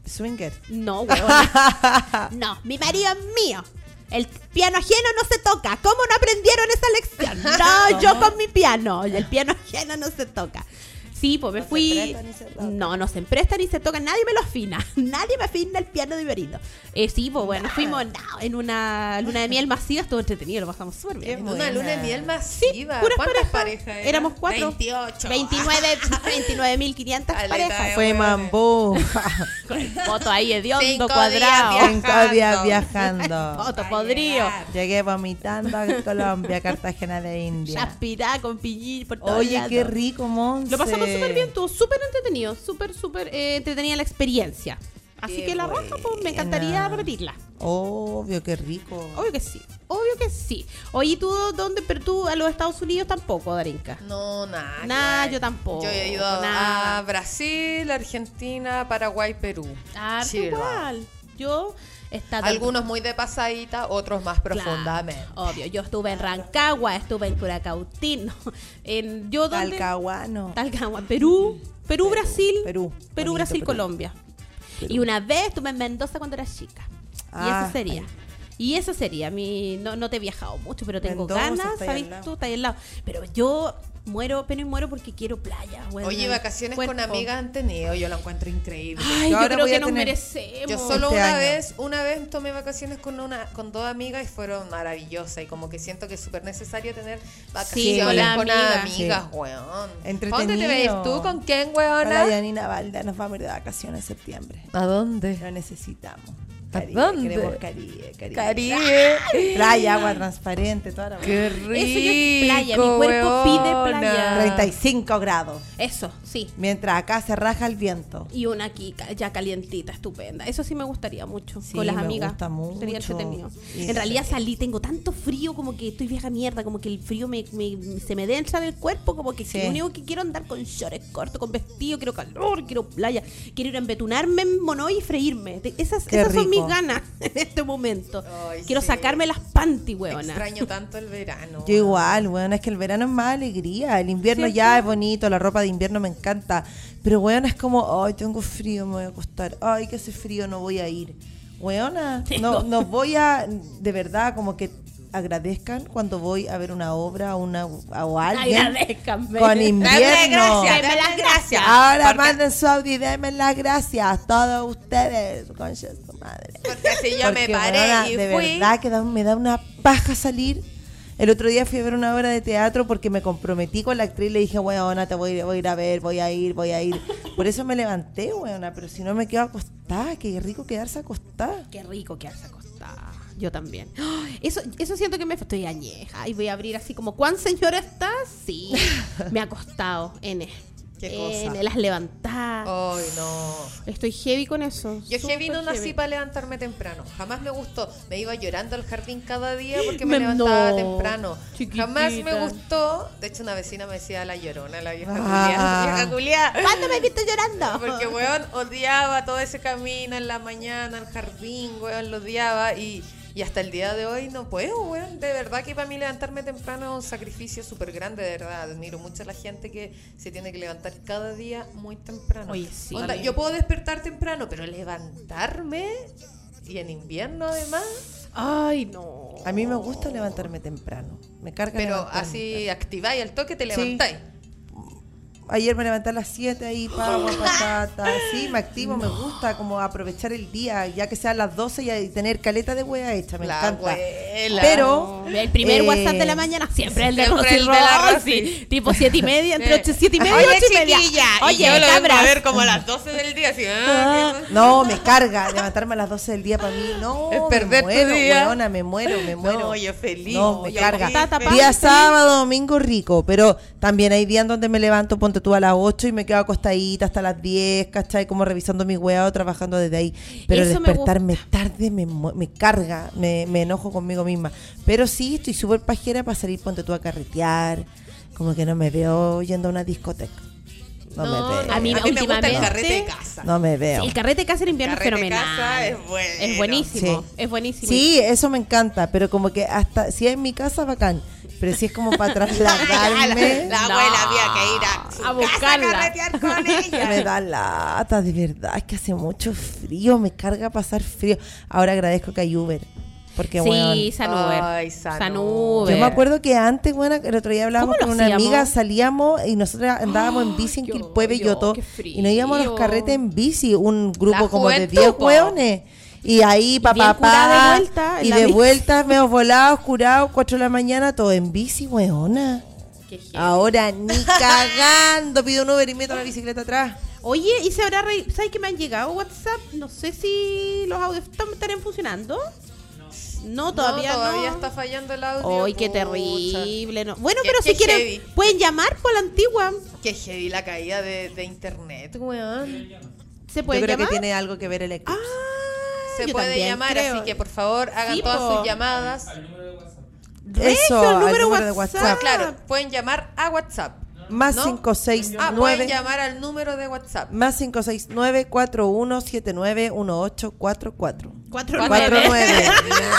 Swinger. No, huevona. no, mi marido es mío. El piano ajeno no se toca. ¿Cómo no aprendieron esa lección? No, yo con mi piano. El piano ajeno no se toca. Sí, pues me No se fui. presta ni se toca. No, no se empresta ni se toca. Nadie me lo afina. Nadie me afina el piano de mi marido. Eh, sí, pues bueno, fuimos no, en una luna de miel masiva. Estuvo entretenido, lo pasamos súper bien. En Qué una buena. luna de miel Sí, masiva. puras ¿Cuántas parejas. parejas? eran? Éramos cuatro. 28. 29 29.500 Caleta de parejas. Fue buena. Mambo. Con el foto ahí hediondo, Cinco días cuadrado. viajando. Cinco días viajando. Foto podrido. Llegué vomitando a Colombia, Cartagena de India. Chaspirá con piñín por todos Oye, lados. qué rico, Monse. Lo pasamos súper bien, estuvo súper entretenido, súper, súper eh, entretenida la experiencia. Así Qué que la raja, pues, me encantaría buena. repetirla. Obvio, qué rico. Obvio que sí, obvio que sí. Oye, ¿tú dónde? Pero tú a los Estados Unidos tampoco, Darinka. No, nada. Nah, que yo ver. tampoco, Yo he ido nada. a Brasil, Argentina, Paraguay, Perú. Ah, Chile. igual. Yo está Algunos muy de pasadita, otros más profundamente. Obvio, yo estuve en Rancagua, estuve en Curacautín, no, en yo dónde Talcahuano. Talcahuano, Perú, Perú, Brasil, Perú. Perú, Bonito, Brasil, Perú. Colombia. Y una vez estuve en Mendoza cuando era chica. y Ah, eso sería. Y eso sería, mi, no, no te he viajado mucho, pero tengo Mendoza, ganas, está ahí ¿sabes al lado. tú? Está ahí al lado. Pero yo muero, pero y muero porque quiero playa. weón. Oye, vacaciones con Cuerpo. amigas han tenido, yo lo encuentro increíble. Ay, Yo yo, ahora creo voy a que nos tener- merecemos. Yo solo este una año. vez, una vez tomé vacaciones con una, con dos amigas y fueron maravillosas y como que siento que es súper necesario tener vacaciones con la con amiga. amigas, Sí. weón. Entretenido. ¿Dónde te ves tú? ¿Con quién, Hola, weona? Yanina Valda. Nos vamos a ir de vacaciones en septiembre. ¿A dónde? Lo necesitamos. ¿A Caribe, dónde? Queremos Caribe, Caribe. Caribe. Playa, agua transparente, toda la Qué rico. Eso yo playa, mi cuerpo pide playa. weona. 35 grados. Eso, sí. Mientras acá se raja el viento. Y una aquí ca- ya calientita, estupenda. Eso sí me gustaría mucho. Sí, con las me amigas. gusta mucho. Sería entretenido. Sí. En realidad salí, tengo tanto frío como que estoy vieja mierda, como que el frío me, me- se me densa en el cuerpo, como que Sí. lo único que quiero andar con shorts cortos, con vestido, quiero calor, quiero playa, quiero ir a embetunarme en Monoy y freírme. Te- Esas, Qué esas son mis rico. ganas en este momento. Ay, quiero sí. sacarme las panty, huevona. Extraño tanto el verano. Yo igual, bueno, es que el verano es más alegría. El invierno ya es bonito, la ropa de invierno me encanta. Pero, weón, es como, ay, tengo frío, me voy a acostar. Ay, que hace frío, no voy a ir. Weona, no, no voy a, de verdad, como que agradezcan cuando voy a ver una obra una, o alguien Agradezcanme. con invierno. gracias, Deme las gracias. Ahora Porque- manden su audio y denme las gracias a todos ustedes. Concha de su madre. Porque así yo me Porque, paré weona, y de fui. verdad que da- me da una paja salir. El otro día fui a ver una obra de teatro porque me comprometí con la actriz y le dije, weona, te voy, voy a ir a ver, voy a ir, voy a ir. Por eso me levanté, weona, pero si no me quedo acostada, qué rico quedarse acostada. Qué rico que hace acostada. Yo también. ¡Ah! Eso, eso siento que me estoy añeja y voy a abrir así como, ¿cuán señora estás? Sí. Me ha acostado, N. Qué cosa. N, las levantadas. Ay, no. Estoy heavy con eso. Yo súper heavy no nací heavy. para levantarme temprano. Jamás me gustó. Me iba llorando al jardín cada día porque me, Me- levantaba no, temprano. chiquitita. Jamás me gustó. De hecho, una vecina me decía la llorona, la vieja Ah. culiá, la vieja culiá. ¿Cuándo me he visto llorando? Porque, weón, odiaba todo ese camino en la mañana, al jardín, weón, lo odiaba. Y, y hasta el día de hoy no puedo, weón. De verdad que para mí levantarme temprano es un sacrificio súper grande, de verdad. Admiro mucho a la gente que se tiene que levantar cada día muy temprano. Oye, sí. Onda, yo puedo despertar temprano, pero levantarme y en invierno además. Ay, no. A mí me gusta levantarme temprano. Me carga Pero levantarme así activáis al toque, te Sí. levantáis. Ayer me levanté a las 7 ahí, pavo, Oh. patata. Sí, me activo, me gusta como aprovechar el día, ya que sean las 12 y- y tener caleta de hueá hecha, me La encanta. abuela. Pero. El primer eh, WhatsApp de la mañana siempre el de siempre Rosy el de la Rosy. Rosy. Eh, Tipo siete y media, entre Sí. ocho, siete y media y ocho y media. Oye, cabras. como a las 12 del día, así. ah, No, me carga levantarme a las 12 del día para mí. No, Es perder tu me muero, día. weona, me muero, me muero. yo feliz, No, me yo carga. feliz, feliz. Día sábado, domingo rico, pero también hay días donde me levanto, ponte tú a las 8 y me quedo acostadita hasta las 10, ¿cachai? Como revisando mi weá o trabajando desde ahí. Pero Eso me despertarme tarde me, mu- me carga, me, me enojo conmigo misma. Pero sí, estoy súper pajera para salir, ponte tú a carretear, como que no me veo yendo a una discoteca. No, me veo. a mí A mí me gusta el últimamente- carrete de casa. No me veo. El carrete que hace el invierno Carrete es fenomenal. casa es bueno. Es buenísimo. Sí. Es buenísimo. Sí, eso me encanta, pero como que hasta si es en mi casa, bacán. Pero si es como para trasladarme, La No. abuela había que ir a, su A casa buscarla. carretear con ella. me da lata, de verdad. Es que hace mucho frío, me carga pasar frío. Ahora agradezco que hay Uber. Porque, sí, weón, Sanuber. Ay, Sanuber. Sanuber. yo me acuerdo que antes, bueno, el otro día hablábamos ¿Cómo lo con una hacíamos? amiga, salíamos y nosotros andábamos en bici en qué Quilpué, hoyo, Belloto. qué Y nos íbamos a los frío. carretes en bici, un grupo como de juventud, 10 po. hueones. Y ahí, bien papá, curada papá. de vuelta en Y la de bici. vuelta, medio volados, curados, 4 de la mañana, todo en bici, hueona. Qué heavy. Ahora ni cagando pido un Uber y meto la bicicleta atrás. Oye, ¿y se habrá re- ¿Sabes que me han llegado WhatsApp? No sé si los audios están- estarán funcionando. No, todavía no. Todavía está fallando el audio. Ay, qué pucha. terrible. no. Bueno, Qué- pero qué si quieren, heavy. pueden llamar por la antigua. Qué heavy la caída de, de internet, weón. ¿Se Yo puede creo llamar? Ah, que tiene algo que ver el eclipse. Se yo puede también llamar, creo. así que por favor hagan Sí, todas po. Ah. sus llamadas. Regio, el al número número de WhatsApp. WhatsApp. Claro, pueden llamar a WhatsApp. Más ¿No? 569. Ah, pueden llamar al número de WhatsApp. Más 569 4179 Cuatro Cuatro nueve. nueve.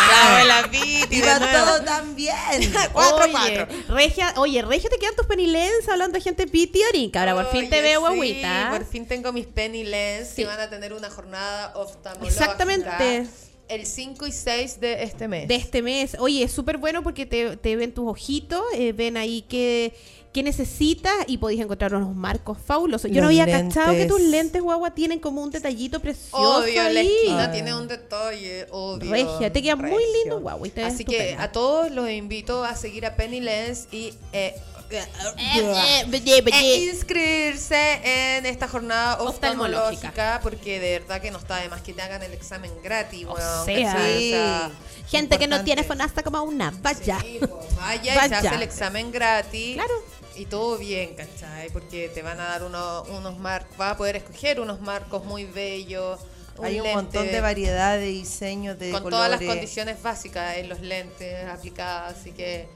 La abuela Viti, Iba de nuevo. todo tan bien. oye, Regia, oye, Regio, te quedan tus penilens hablando de gente pitiorica. Ahora, por fin te Oye, veo, sí, guaguita. Por fin tengo mis penny lens Sí. y van a tener una jornada oftalmológica. Exactamente. El 5 y 6 de este mes. de este mes. Oye, es súper bueno porque te, te ven tus ojitos, eh, ven ahí qué, qué necesitas y podéis encontrar unos marcos fabulosos. Yo no Los había cachado que lentes. tus lentes, guagua, tienen como un detallito precioso Obvio, la ahí. Ah. esquina tiene un detalle, obvio. Regia, te queda muy regio. lindo, guau, y te ves Así que estupenda. a todos los invito a seguir a Penny Lens y eh, eh, E inscribirse en esta jornada Oftalmológica. oftalmológica porque de verdad que no está de más que te hagan el examen gratis. O weón, sea. ¿cachai? O sea, Gente que no tiene importante. fonasta como una, vaya. Sí, pues, vaya, y se Vaya. hace el examen gratis. Claro. Y todo bien, ¿cachai? Porque te van a dar uno- unos marcos, vas a poder escoger unos marcos muy bellos. Hay un lente montón de variedad de diseños, de Con colores. todas las condiciones básicas en los lentes aplicadas, así que...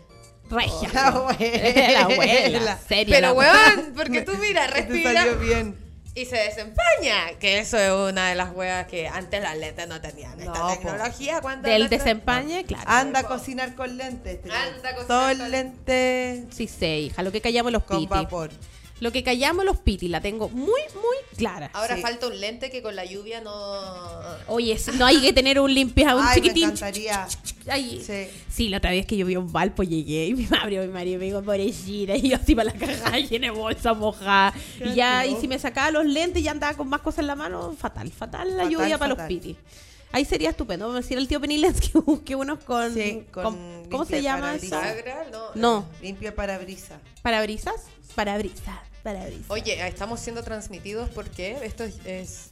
Regia. La abuela. La abuela, seria Pero la abuela. weón, porque tú mira, Te respira salió bien. y se desempaña. Que eso es una de las weas que antes las lentes no tenían. Esta No, po. tecnología, cuando Del desempañe, claro. Anda a cocinar con lentes. te Ah, Anda digo. a cocinar Todo con lente Sí, sé, hija, lo que callamos los con piti. vapor. Lo que callamos los piti, la tengo muy, muy clara. Ahora Sí. falta un lente que con la lluvia no... Oye, sí, no hay que tener un Ah, limpia, un Ay, me chiquitín. encantaría. Ay. Sí. Sí. la otra vez que yo vi un Valpo llegué y mi mamá abrió mi marido y me dijo, pobrecita, y yo así para la caja llena de bolsa mojada. Y ya, y si me sacaba los lentes y ya andaba con más cosas en la mano, fatal, fatal la Fatal, lluvia para los fatal. pitis. Ahí sería estupendo, vamos a decir al tío Penilens que busque unos con... Sí, con con- ¿Cómo se limpia llama eso? parabrisas. Sagra, no. No, Limpia parabrisas. parabrisas, parabrisas, parabrisas. Oye, estamos siendo transmitidos porque esto es- es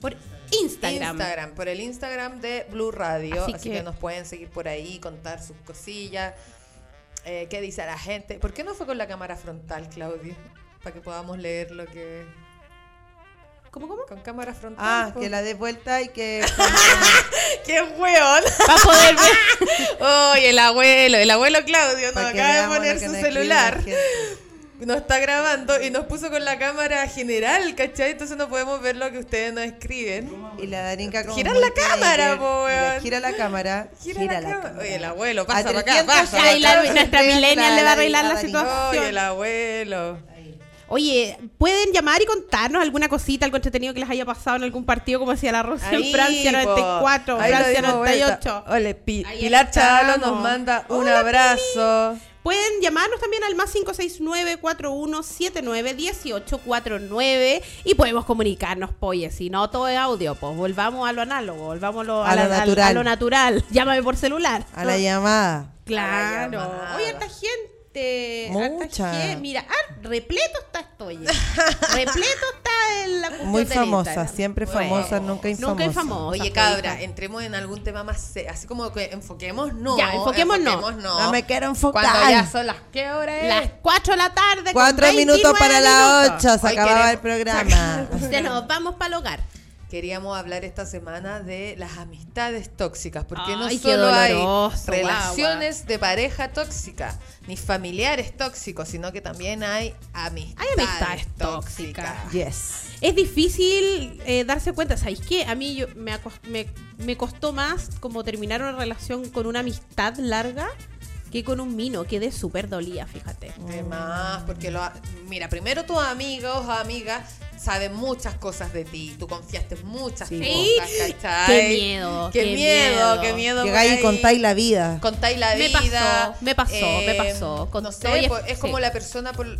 Por Instagram. por el Instagram de Blue Radio. Así, Así que... que- nos pueden seguir por ahí, contar sus cosillas. eh, ¿Qué dice la gente? ¿Por qué no fue con la cámara frontal, Claudia? Para que podamos leer lo que. ¿Cómo, cómo? Con cámara frontal. Ah, po. que la des vuelta y que. ¡Qué hueón! Para poder ver. ¡Oye, el abuelo! El abuelo Claudio nos para que acaba de veamos lo poner que su nos escribe celular. la gente. nos está grabando y nos puso con la cámara general, ¿cachai? Entonces no podemos ver lo que ustedes nos escriben. Y la Darinka como. Gira muy la cámara, teenager. po, Mira, weón. Gira la cámara. Gira, la, cámara. Oye, el abuelo, A pasa para acá, 300 pasa. ya Ay, la- nuestra Ve millennial le va a arreglar la Darinka. situación. Oye, el abuelo. Oye, pueden llamar y contarnos alguna cosita, algo entretenido que les haya pasado en algún partido, como decía la Rosa en Ahí, Francia po. 94, Ahí lo Francia dimos 98. vuelta. Ole, Pi- Ahí Pilar estamos. Chavalo nos manda un Hola, abrazo. Pueden llamarnos también al más 569-4179-1849 y podemos comunicarnos, poye. Si no, todo es audio, pues volvamos a lo análogo, volvamos a lo, A lo la- natural. a lo natural. Llámame por celular. A la llamada. Claro. A la llamada. Oye, esta gente. harta Mucha. gente. Mira, ah, repleto está esto, oye. repleto está en la cuestión Muy del famosa, Instagram. siempre Bueno. famosa, nunca infamosa. Nunca infamosa. Oye, cabra, entremos en algún tema más. se- Así como que enfoquemos, no. Ya, enfoquémonos. No me quiero enfocar. Cuando ya son las qué horas. Las 4 de la tarde. con Cuatro minutos 29 para las minutos. ocho. Se Hoy acababa el queremos- programa. Se nos vamos para el hogar. Queríamos hablar esta semana de las amistades tóxicas, porque no Ay, qué solo hay doloroso, relaciones de pareja tóxica, ni familiares tóxicos, sino que también hay amistades, Hay amistades tóxicas. Yes. Es difícil eh, darse cuenta, ¿sabéis qué? A mí yo, me, acos- me, me costó más como terminar una relación con una amistad larga que con un mino. Quedé súper dolía, fíjate. Además, porque lo ha- mira, primero tus amigos o amigas saben muchas cosas de ti, tú confiaste en muchas Sí. cosas, ¿cachai? Qué miedo, qué, qué miedo, miedo. qué miedo. Llegáis y por ahí. contáis la vida. contáis la Me vida. pasó, me pasó, me pasó. Eh, no Contó sé, y- po- es como sí. la persona por,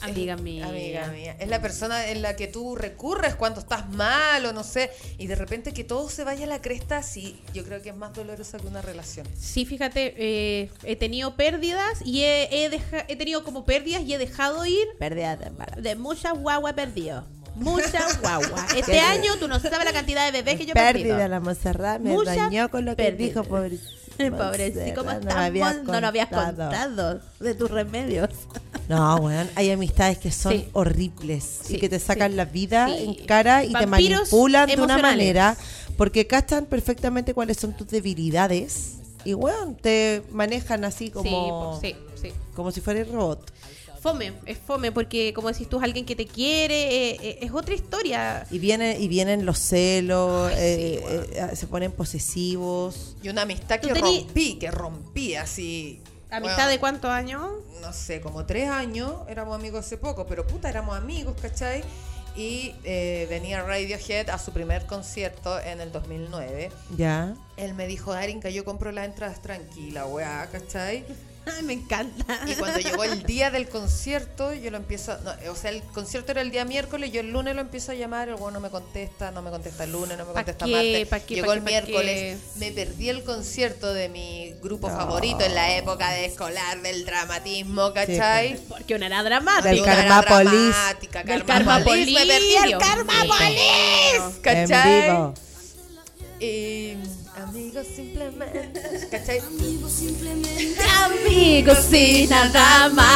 Amiga mía. Amiga mía. Es la persona en la que tú recurres cuando estás mal o no sé. Y de repente que todo se vaya a la cresta, sí, yo creo que es más dolorosa que una relación. Sí, fíjate, eh, he tenido pérdidas y he, he deja- he tenido como pérdidas y he dejado ir Pérdida de embarazo. de muchas guagua perdido. Muchas guagua. Qué Este año tú no sabes la cantidad de bebés que yo he Pérdida perdido. la Monserrat me Mucha dañó con lo que pérdida. dijo, pobre. Pobrecito, ¿cómo Monserrat, estás? me habías Mon? No lo habías contado. contado de tus remedios. No, weón, hay amistades que son Sí. horribles y Sí, que te sacan sí, la vida sí. en cara y te Vampiros manipulan de una emocionales. manera porque cachan perfectamente cuáles son tus debilidades y, weón, te manejan así como, Sí, po- sí, sí. como si fuera el robot. Fome, es fome, porque como decís tú, es alguien que te quiere, eh, eh, es otra historia. Y vienen, y vienen los celos, eh, eh, se ponen posesivos. Y una amistad que Tú tení- rompí, que rompí así. ¿Amistad de Bueno, cuántos años? No sé, como tres años, éramos amigos hace poco, pero puta, éramos amigos, ¿cachai? Y eh, venía Radiohead a su primer concierto en el 2009. Ya. Él me dijo, Darinka, yo compro las entradas tranquila, weá, ¿cachai? Ay, me encanta. Y cuando llegó el día del concierto, yo lo empiezo. no, o sea, el concierto era el día miércoles, yo el lunes lo empiezo a llamar, el güey no me contesta, no me contesta el lunes, no me ¿Pa' contesta qué? martes. ¿Pa' qué? Llegó ¿Pa' el qué? ¿Pa' qué? miércoles, me perdí el concierto de mi grupo favorito en la época de escolar, del dramatismo, ¿cachai? Porque una era dramática. Del Una era Karmapolis. dramática, Del Karmapolis, Me perdí el Karmapolis. Karmapolis, En ¿cachai? vivo. Y amigos simplemente, ¿cachai? amigos y nada más.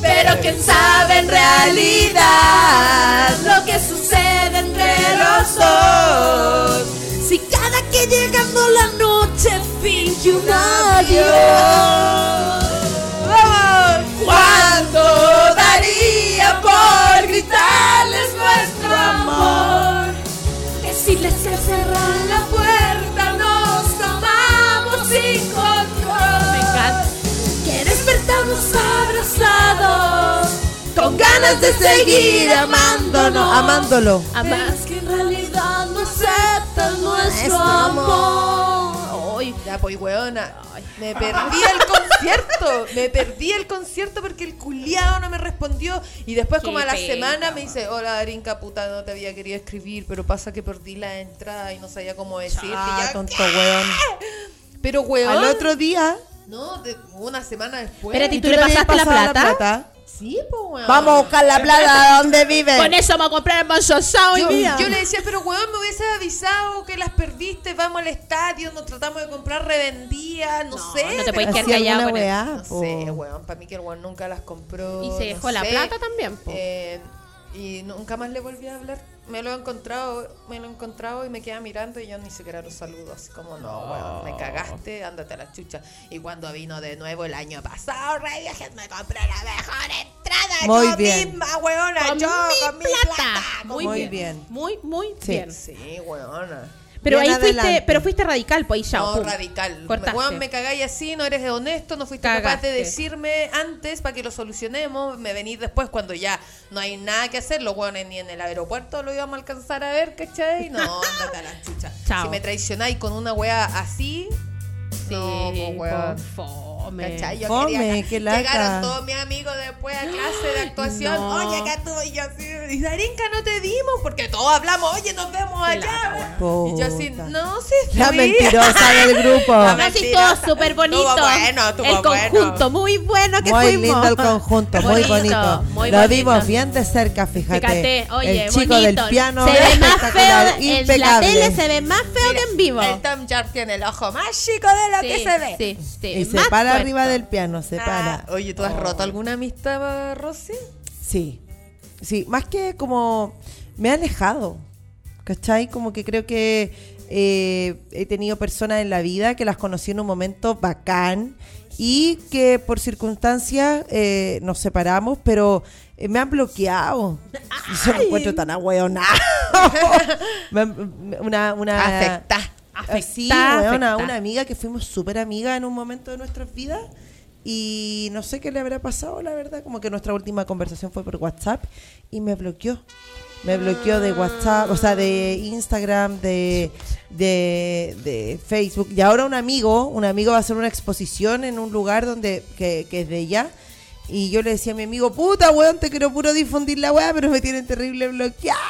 Pero quién sabe en realidad lo que sucede entre los dos. Si cada que llegando la noche finge un adiós. ¿Cuánto daría por gritarles nuestro amor? Que si les se cerran la puerta nos tomamos sin control. Me encanta. Que despertamos abrazados con ganas de seguir amándonos. Amándolo. Pero es que en realidad no aceptan nuestro amor. Oh, Ay, Ya, pues, weona. Me perdí el concierto. Me perdí el concierto porque el culiao no me respondió. Y después, Qué como a la pena. semana, me dice: Hola, Darinka, puta, no te había querido escribir, pero pasa que perdí la entrada y no sabía cómo decirte. Ah, Ya, tonto weón. Pero, weón. Al otro día. No, de- una semana después. Espérate, ¿y tú ¿tú le le habías pasaste la pasado la plata? plata? Sí, pues, weón. Vamos a buscar la plata donde vive. Con eso vamos a comprar el manzosao hoy Yo, día. yo le decía, pero weón, me hubieses avisado que las perdiste, vamos al estadio, nos tratamos de comprar revendidas, no, No, sé. no te pero- podéis quedar Hacía callado alguna con él. weá, Oh. No Ah, po. sé, weón, para mí que el weón nunca las compró. Y se no dejó la sé. plata también, po. Eh, y nunca más le volví a hablar. Me lo he encontrado, me lo he encontrado y me queda mirando y yo ni siquiera lo saludo. Así como, no, weón, me cagaste, ándate a la chucha. Y cuando vino de nuevo el año pasado, Radiohead, me compré la mejor entrada. Muy yo bien. misma, weona, Con yo, mi con mi plata. plata. Muy, Muy bien. bien. Muy, muy Sí. bien. Sí, weona. Pero Bien ahí fuiste, adelante. pero fuiste radical, pues ahí ya. No, pum. radical. Cortaste. Weón, me cagáis así, no eres honesto, no fuiste capaz Cagaste. de decirme antes para que lo solucionemos. Me venís después cuando ya no hay nada que hacer. Los weones ni en el aeropuerto lo íbamos a alcanzar a ver, ¿cachai? No, ándate a la chucha. Chao. Si me traicionáis con una wea así. Sí, no, po, po, weón. fome. ¿Cachai? Yo Fome, quería- qué lata. Llegaron todos mis amigos después a clase de actuación. No. Oye, acá tú y yo así. Y Darinka no te dimos porque todos hablamos. Oye, nos vemos allá. weón. y yo así, Puta. no, sí, La fui". mentirosa del La grupo. No, sí, Mentira. todo súper bonito. Estuvo bueno, estuvo el conjunto, bueno. muy bueno que Muy fuimos. lindo el conjunto, muy bonito. muy Lo bonito. vimos bien de cerca, fíjate. Fíjate, oye, el chico bonito. del piano se ve más espectacular, feo de- en la impecable. tele se ve más feo que en vivo. El Tom York tiene el ojo más chico de lo que se ve. Sí, sí, y se más para fuerte. arriba del piano, se Ah, para. oye, ¿tú has roto alguna amistad, Rosy? Sí, sí, más que como me ha alejado, ¿cachai? Como que creo que eh, he tenido personas en la vida que las conocí en un momento bacán y que por circunstancias eh, nos separamos, pero eh, me han bloqueado. Y Yo me encuentro tan ahueonado. Me han- me- una, una, Afecta. Ah, Sí, Afecta, weona, una, afecta. amiga que fuimos súper amigas en un momento de nuestras vidas y no sé qué le habrá pasado, la verdad, como que nuestra última conversación fue por WhatsApp y me bloqueó. Me bloqueó de WhatsApp, o sea, de Instagram, de, de, de Facebook. Y ahora un amigo, un amigo va a hacer una exposición en un lugar donde que, que es de ella. Y yo le decía a mi amigo, puta, weón, te quiero puro difundir la weá, pero me tienen terrible bloqueada.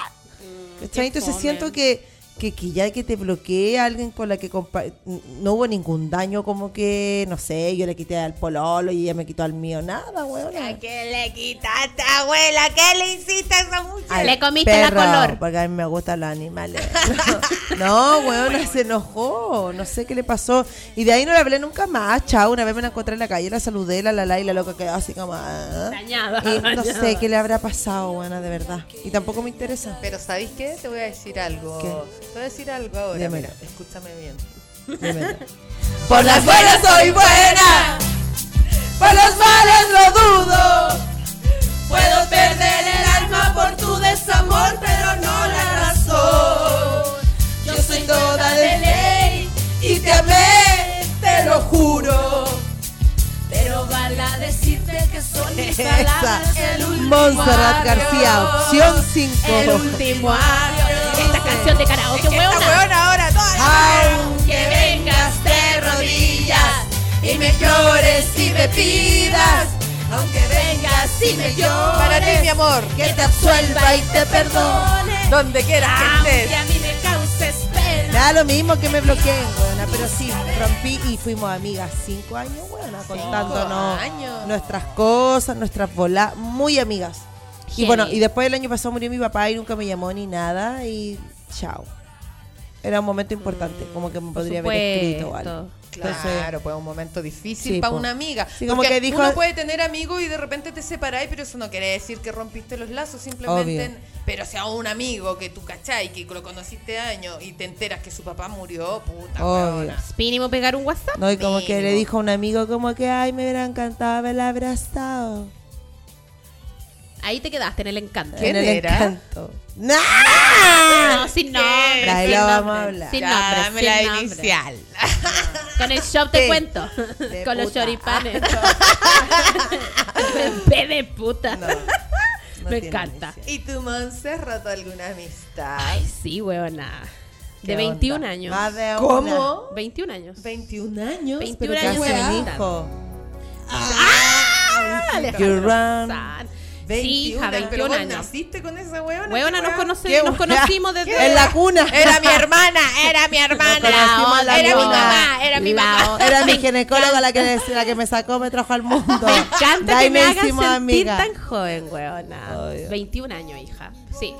¿Cachai? Entonces siento que, que, que ya que te bloquee a alguien con la que compa- n- no hubo ningún daño, como que, no sé, yo le quité al pololo y ella me quitó al mío, nada, weón. ¿Qué le quitaste, abuela? ¿Qué le hiciste a esa mujer? Le comiste la color. Porque a mí me gustan los animales. No, weón, se enojó. No sé qué le pasó. Y de ahí no le hablé nunca más. Chao, una vez me la encontré en la calle, la saludé, la la la, y la loca quedó así como. ah. Dañada, Y no dañada. sé qué le habrá pasado, buena, de verdad. Y tampoco me interesa. Pero ¿sabéis qué? Te voy a decir algo. ¿Qué? Te voy a decir algo ahora. Dímelo. Mira, escúchame bien. Por las buenas soy buena, por las malas lo dudo. Puedo perder el alma por tu desamor, pero no la razón. Yo soy toda de ley y te amé, te lo juro. Pero vale decirte que soy mi Montserrat García, opción 5. El último año. Esta canción de karaoke, huevona. ahora, toda Aunque vengas de rodillas, le pidas, aunque vengas y me llores. para ti, mi amor, que te absuelva y te perdone. donde quieras que estés. a mí me causes pena. Da lo mismo que me bloqueen, weona, pero sí, rompí y fuimos amigas cinco años, weona, contándonos años. nuestras cosas, nuestras bolas, muy amigas. Y bueno, y después el año pasado murió mi papá y nunca me llamó ni nada y chao. Era un momento importante, como que me podría haber escrito o algo. Entonces, Mm, Claro, pues un momento difícil Sí, para po. una amiga. Sí, como Porque que dijo- uno puede tener amigos y de repente te separáis, pero eso no quiere decir que rompiste los lazos, simplemente. Obvio. Pero si a un amigo que tú cachai, que lo conociste años y te enteras que su papá murió, puta Obvio. weona. Mínimo pegar un WhatsApp. no, y como que le mínimo. dijo a un amigo como que, ay, me hubiera encantado haberla abrazado. Ahí te quedaste en el encanto. ¿Qué? ¿Quién en el era? encanto. ¡No! No, sin nombre. Ah, Ahí sin la vamos nombre, a hablar. Sin Ya, nombre. dame sin la nombre. inicial. Con el shop te Sí. cuento. De Con los puta. choripanes. P de puta. no Me tiene encanta. inicial. ¿Y tu Monse has roto alguna amistad? Ay, sí, huevona. De ¿Qué 21 onda? años. Más de una. ¿Cómo? 21 años. 21 años. 21 Pero años casi de un amistad. hijo. Ah, You Alejandro run. Sanz. Sí, 21, hija, pero 21 vos años. naciste con esa weona. Huevona, qué nos, weá. conoce- Qué nos buena. conocimos desde... En la cuna. Era mi hermana, era mi Nos hermana. conocimos en la Era mi cuna. mamá, era mi La mamá. otra. Era mi ginecóloga la que, la que me sacó, me trajo al mundo. Me encanta De ahí que me nos hagan hicimos sentir amigas. tan joven, weona. Obvio. 21 años, hija. Sí.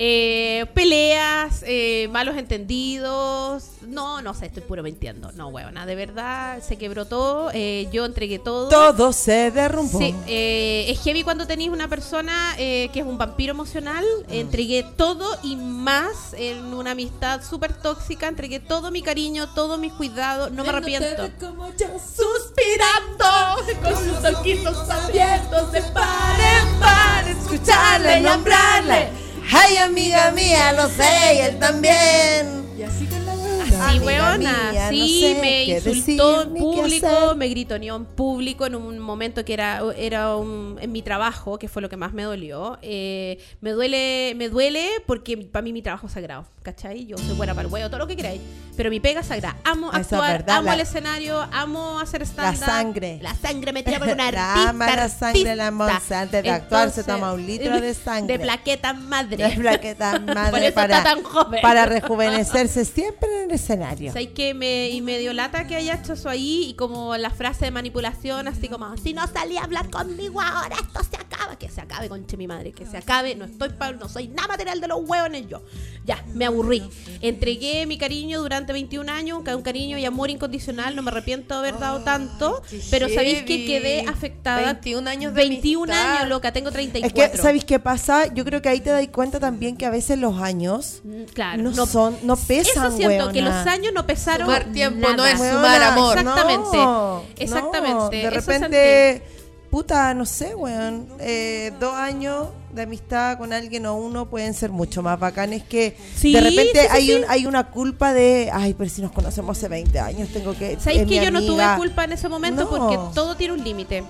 Eh, peleas, eh, malos entendidos. No, no sé, estoy puro mintiendo. No, weona, de verdad se quebró todo. eh, yo entregué todo. Todo se derrumbó. Sí, eh, es heavy cuando tenéis una persona eh, que es un vampiro emocional. Entregué todo y más en una amistad súper tóxica. Entregué todo mi cariño, todos mis cuidados. No me arrepiento. como yo Suspirando con sus ojitos abiertos de par en par. Escucharle, nombrarle. Ay, amiga mía, lo sé, y él también. Y así con la Sí, Amiga weona, mía, no sí, sé me qué insultó decir en ni qué público, hacer. me gritoneó en público en un momento que era, era un- en mi trabajo, que fue lo que más me dolió. Eh, me duele, me duele porque para mí mi trabajo es sagrado, ¿cachai? Yo soy buena para el huevo, todo lo que queráis, pero mi pega es sagrada. Amo Eso es actuar, verdad, amo la- el escenario, amo hacer stand sangre. La sangre me tira por una La artista. ama la sangre, la artista. Monse. Antes de actuar, se toma un litro de sangre. De plaqueta madre. Es plaqueta madre Por eso para, está tan joven. para rejuvenecerse siempre en el escenario. ¿Sabes que me, y me dio lata que haya hecho eso ahí y como la frase de manipulación, así como, si no salí a hablar conmigo ahora, esto se acaba, que se acabe, conche mi madre, que se acabe, no estoy pa- no soy nada material de los huevones yo. Ya, me aburrí. Entregué mi cariño durante 21 años, un ca- un cariño y amor incondicional, no me arrepiento de haber dado tanto, qué pero sabéis que heavy. quedé afectada. 21 años de 21 amistad. años, loca, tengo Es 34. que, ¿sabéis qué pasa? Yo creo que ahí te das cuenta también que a veces los años Mm, Claro, no, son, no pesan, Eso siento, que los weona. años no pesaron Sumar tiempo no nada. es sumar amor. Exactamente. No, Exactamente. no. De Eso repente, puta, no sé, weón. eh, dos años de amistad con alguien o uno pueden ser mucho más bacanes que Sí, de repente sí, sí, hay, sí. Un, hay una culpa de, ay, pero si nos conocemos hace 20 años, tengo que. ¿Sabéis es mi que yo no tuve amiga". culpa en ese momento No. porque todo tiene un límite?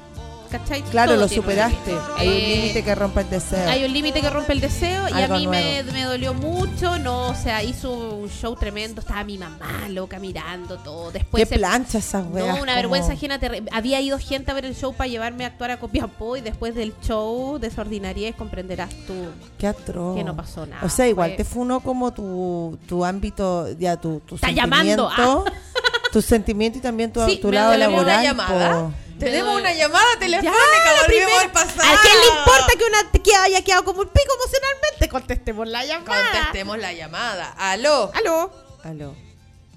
¿Cachai? Claro, Todo lo tiene un superaste. límite. Hay un Eh, límite que rompe el deseo. Hay un límite que rompe el deseo y Algo a mí me, nuevo. me dolió mucho, no, o sea, hizo un show tremendo, estaba mi mamá loca mirando todo, después ¿Qué se- plancha esas weas? No, una como- vergüenza ajena. terri- Había ido gente a ver el show para llevarme a actuar a Copiapó y después del show de esa ordinariez comprenderás tú. Qué atroz. Que no pasó nada, O sea, igual fue- te funó como tu, tu ámbito, ya tu, tu Está sentimiento. llamando, ah. Tu sentimiento y también tu, Sí, tu me lado dolió ¿Tenemos una laboral. llamada? po. Tenemos una llamada telefónica, la volvimos primera. al pasado. ¿A quién le importa que una que haya quedado como un pico emocionalmente? Contestemos la llamada. Contestemos la llamada. Aló. Aló. Aló.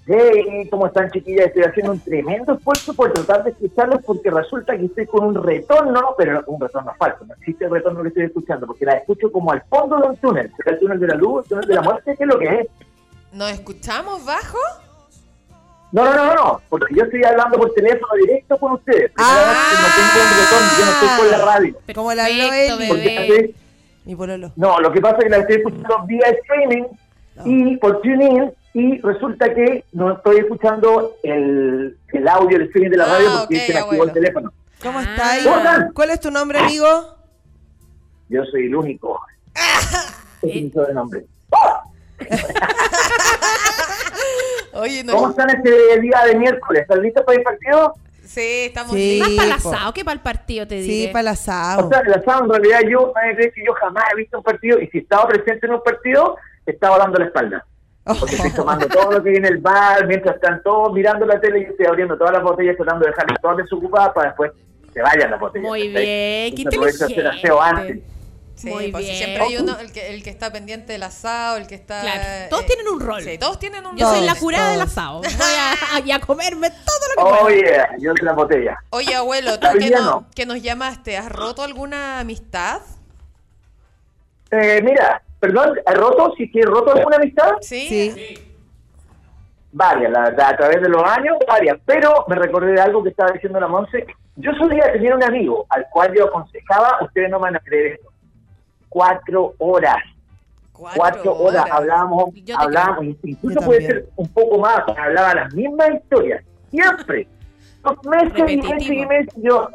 Hey, ¿cómo están chiquillas? Estoy haciendo un tremendo esfuerzo por tratar de escucharlos porque resulta que estoy con un retorno, pero un retorno falso, no existe el retorno que estoy escuchando, porque la escucho como al fondo de un túnel, el túnel de la luz, el túnel de la muerte, ¿qué es lo que es? ¿Nos escuchamos bajo? No, no, no, no, no, porque yo estoy hablando por teléfono directo con ustedes, pero Ah. además que no tengo un retorno, yo no estoy por la radio, Como la Perfecto, Loeli. bebé. porque así- Mi pololo. No, lo que pasa es que la estoy escuchando vía streaming y por TuneIn y resulta que no estoy escuchando el, el audio, el streaming de la Ah, radio porque ok, se me activó el abuelo. teléfono. ¿Cómo Ah. está ahí? ¿Cómo están? ¿Cuál es tu nombre, amigo? Yo soy el único. Ese es mi sobrenombre. Oye, no. Oh. ¿Cómo están este día de miércoles? ¿Están listos para el partido? Sí, estamos Sí. listos. Más para el po. asado que para el partido, te Sí, diré. para el Ah, asado. O sea, el asado en realidad yo, nadie cree que yo jamás he visto un partido y si estaba presente en un partido, estaba dando la espalda. Oh, Porque estoy tomando todo lo que hay en el bar, mientras están todos mirando la tele y estoy abriendo todas las botellas, tratando de dejarlas todas desocupadas para después se vayan las botellas. Muy ¿cachai? bien, qué Entonces, aprovecho de hacer aseo antes. inteligente. Sí, Muy pues, si bien. siempre Oh, hay uno, el que, el que está pendiente del asado, el que está... eh, Claro, todos tienen un rol. Sí, todos tienen un Yo rol. soy la Todos, curada del todos. asado. Voy a, y a comerme todo lo que Oh pueda. yeah, yo de las botellas. Oye, abuelo, tú Hoy que, día no- no. que nos llamaste, ¿has roto alguna amistad? Eh, mira, perdón, ¿he roto? ¿Si he roto alguna amistad? ¿Sí? Sí. Varias, la verdad, a través de los años, varias. Pero me recordé de algo que estaba diciendo la Monse. Yo solía tener un amigo al cual yo aconsejaba, ustedes no me van a creer esto, cuatro horas. Cuatro, horas, hablábamos, Yo te hablábamos, Yo incluso también. puede ser un poco más, hablaba las mismas historias, siempre. Los meses y meses y Repetitivo. meses, yo,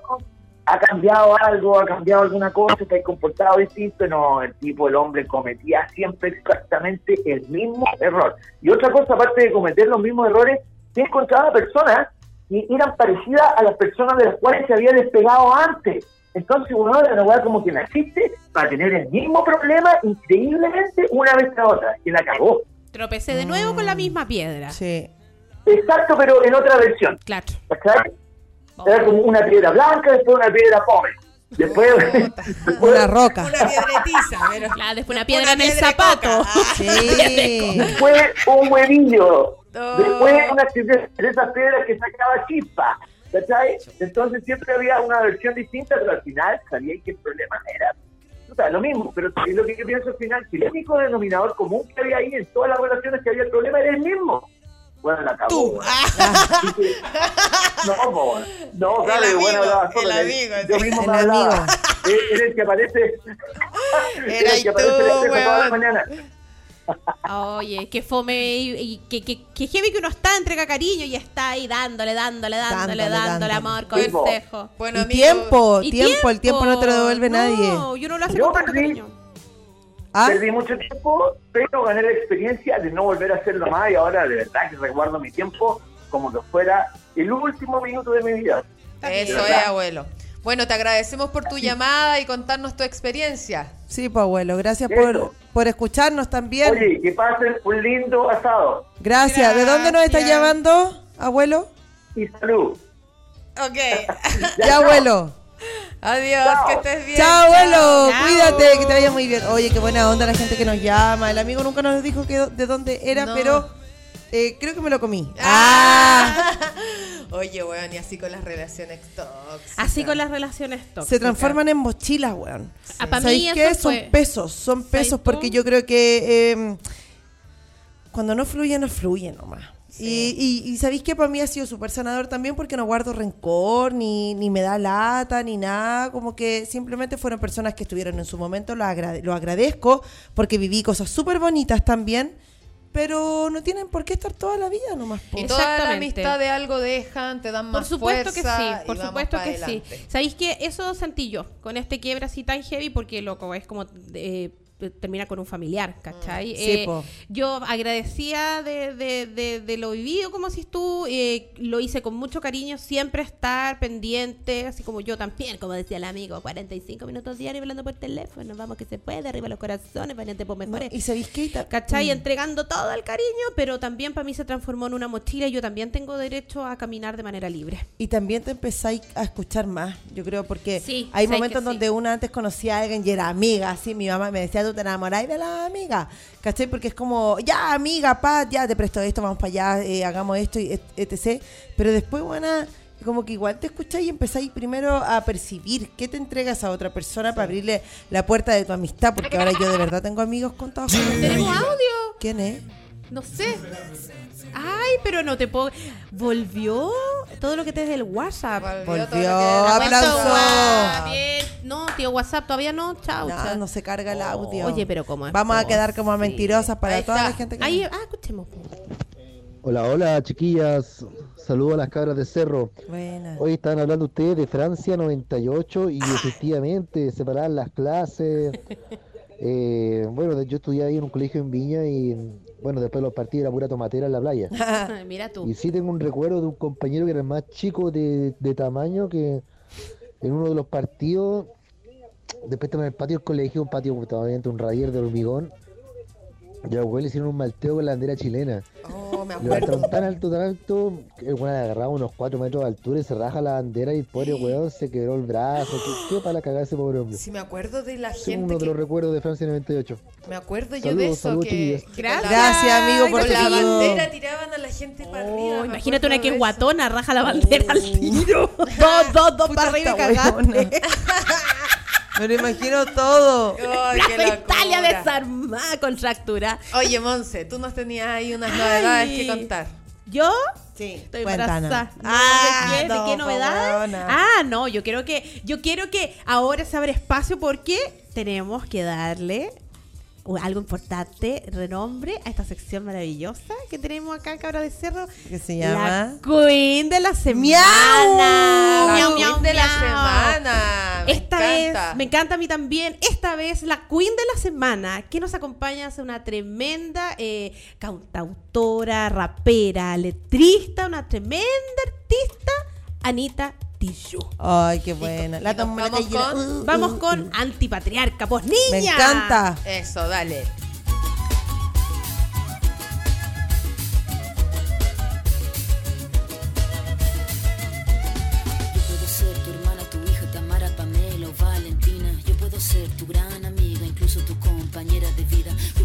ha cambiado algo, ha cambiado alguna cosa, te has comportado distinto, no, el tipo, el hombre cometía siempre exactamente el mismo error. Y otra cosa, aparte de cometer los mismos errores, se encontraba personas que eran parecidas a las personas de las cuales se había despegado antes. Entonces uno era una weá como que naciste para tener el mismo problema increíblemente una vez tras otra, que la cagó. Tropecé de nuevo con la misma piedra. Sí. Exacto, pero en otra versión. Claro. ¿Cachai? Era como una piedra blanca, después una piedra pobre. Después, después- Una roca. Una piedretiza, pero... Claro, después Una una piedra en el piedra de zapato. coca. Ah. Sí. después un huevillo, No. después una piedra- de esas piedras que sacaba chispa, ¿cachai? Entonces siempre había una versión distinta, pero al final sabía que el problema era puta, lo mismo, pero es lo que yo pienso al final, que el único denominador común que había ahí en todas las relaciones que había el problema era el mismo. Bueno, la acabó. Tú. weón. Así que- No, po, no, El claro, amigo, bueno, hablaba solo, el amigo, yo sí. mismo El me hablaba. amigo. Era el que aparece. Era el tú, que aparece en el espejo todas las weón. mañanas. Oye, que fome y, y que, que, que heavy que uno está, entrega cariño y está ahí dándole, dándole, dándole, Dándole, dándole. dándole, amor, Sí, po. consejo. Bueno, y amigo, tiempo, Y tiempo, el tiempo no te lo devuelve No, nadie. yo no lo hace Yo con tanto perdí. cariño. ¿Ah? Perdí mucho tiempo, pero gané la experiencia de no volver a hacerlo más y ahora de verdad que resguardo mi tiempo como que fuera el último minuto de mi vida. Eso ¿Verdad? es, abuelo. Bueno, te agradecemos por tu llamada y contarnos tu experiencia. Sí, pues abuelo, gracias Eso. por, por escucharnos también. Oye, que pasen un lindo asado gracias. ¿De dónde nos está Gracias. llamando, abuelo? y salud. Ok. Ya, chao. abuelo. Adiós, Chao. que estés bien. Chao, abuelo. Chao. Cuídate, que te vaya muy bien. Oye, qué buena onda la gente que nos llama. El amigo nunca nos dijo que, de dónde era, No. pero eh, creo que me lo comí. Ah. Ah. Oye, weón, y así con las relaciones tóxicas. Así con las relaciones tóxicas. Se transforman en mochilas, weón. Ah, pa' mí ¿Sabéis eso qué? Son fue- pesos, son ¿Sabéis pesos tú? porque yo creo que eh, cuando no fluye, no fluye nomás. Y, y- y sabéis que para mí ha sido súper sanador también porque no guardo rencor, ni, ni me da lata, ni nada. Como que simplemente fueron personas que estuvieron en su momento, lo, agra- lo agradezco porque viví cosas súper bonitas también, pero no tienen por qué estar toda la vida nomás. po. Y toda la Exactamente. amistad de algo dejan, te dan Por más supuesto que sí, fuerza por y vamos supuesto pa' que sí. adelante. ¿Sabéis que Eso sentí yo con este quiebre así tan heavy porque, loco, es como... eh, termina con un familiar, ¿cachai? Mm. Sí, Eh, po. yo agradecía de, de- de- de lo vivido, como si tú, eh, lo hice con mucho cariño, siempre estar pendiente, así como yo también, como decía el amigo, 45 minutos diarios hablando por teléfono, vamos que se puede, arriba los corazones, valiente por No, mejores. y sabéis que ta- ¿Cachai? Entregando todo el cariño, pero también para mí se transformó en una mochila y yo también tengo derecho a caminar de manera libre. Y también te empezáis a escuchar más, yo creo, porque Sí, hay sé momentos que sí. donde una antes conocía a alguien y era amiga, así mi mamá me decía, tú te enamoráis de la amiga, ¿cachai? Porque es como, ya amiga, Pat, ya te presto esto, vamos para allá, eh, hagamos esto, y et- etc. Pero después, buena, como que igual te escucháis y empezáis primero a percibir qué te entregas a otra persona para abrirle la puerta de tu amistad, porque ahora yo de verdad tengo amigos contados. con los ¿Tenemos dedos. audio? ¿Quién es? No sé. Ay, pero no te puedo. Volvió todo lo que te es del WhatsApp. Volvió todo lo que- Volvió, aplauso. Cuento, guau, bien. No, tío, WhatsApp todavía no. Chao. No, chao. no se carga el audio. Oye, pero ¿cómo es Vamos a quedar como posible? mentirosas para Ahí toda está. la gente que... Ahí, ah, escuchemos. po. Hola, hola chiquillas. Saludos a las cabras de cerro. Buena. Hoy están hablando ustedes de Francia 98 y efectivamente separaban las clases. Eh, bueno, de- yo estudié ahí en un colegio en Viña y Bueno, después los partidos era pura tomatera en la playa. Ay, Mira tú. Y sí tengo un recuerdo de un compañero que era el más chico de, de tamaño que en uno de los partidos, después estaba en el patio del colegio, un patio puta, obviamente un radier de hormigón, y a Hugo le hicieron un malteo con la bandera chilena. Oh, me Lo acuerdo. levantaron tan alto, tan alto, que el weón agarraba unos 4 metros de altura y se raja la bandera y el pobre weón se quebró el brazo. ¿Qué, qué para cagar ese pobre hombre? Sí, me acuerdo de la Es gente uno de los que... recuerdos de Francia 98. Me acuerdo yo Saludos, de eso, saludos, que... chiquillos. que con la- Gracias, amigo, por Con la tu saludo. bandera tiraban a la gente para arriba. Oh, me imagínate acuerdo una que de es eso. guatona, raja la bandera al tiro. Oh. Dos, dos, dos para arriba y Me lo imagino todo. Ay, qué La Italia locura. desarmada, contractura. Oye, Monse, tú nos tenías ahí unas novedades Ay. que contar. Yo Sí, Estoy cuéntanos. embarazada. No, Ah, ¿De qué, ¿De no, qué po, novedades? weona. Ah, no, yo quiero que yo quiero que ahora se abra espacio porque tenemos que darle u- algo importante, renombre a esta sección maravillosa que tenemos acá en Cabra de Cerro. Que se llama. La Queen de la Semana. ¡Miau! La Miau, Queen miau, de la miau. Ah, semana. Me Esta encanta. vez, me encanta a mí también, esta vez la Queen de la Semana, que nos acompaña es una tremenda eh, cantautora, rapera, letrista, una tremenda artista, Anita Tijoux. Ay, qué buena. La Y nos tomó la vamos gallina. con- Uh, Vamos uh, con uh. Antipatriarca, pues niña. Me encanta. Eso, dale. Yo puedo ser tu hermana, tu hija, Tamara, Pamela o Valentina. Yo puedo ser tu gran amiga, incluso tu compañera de vida. Yo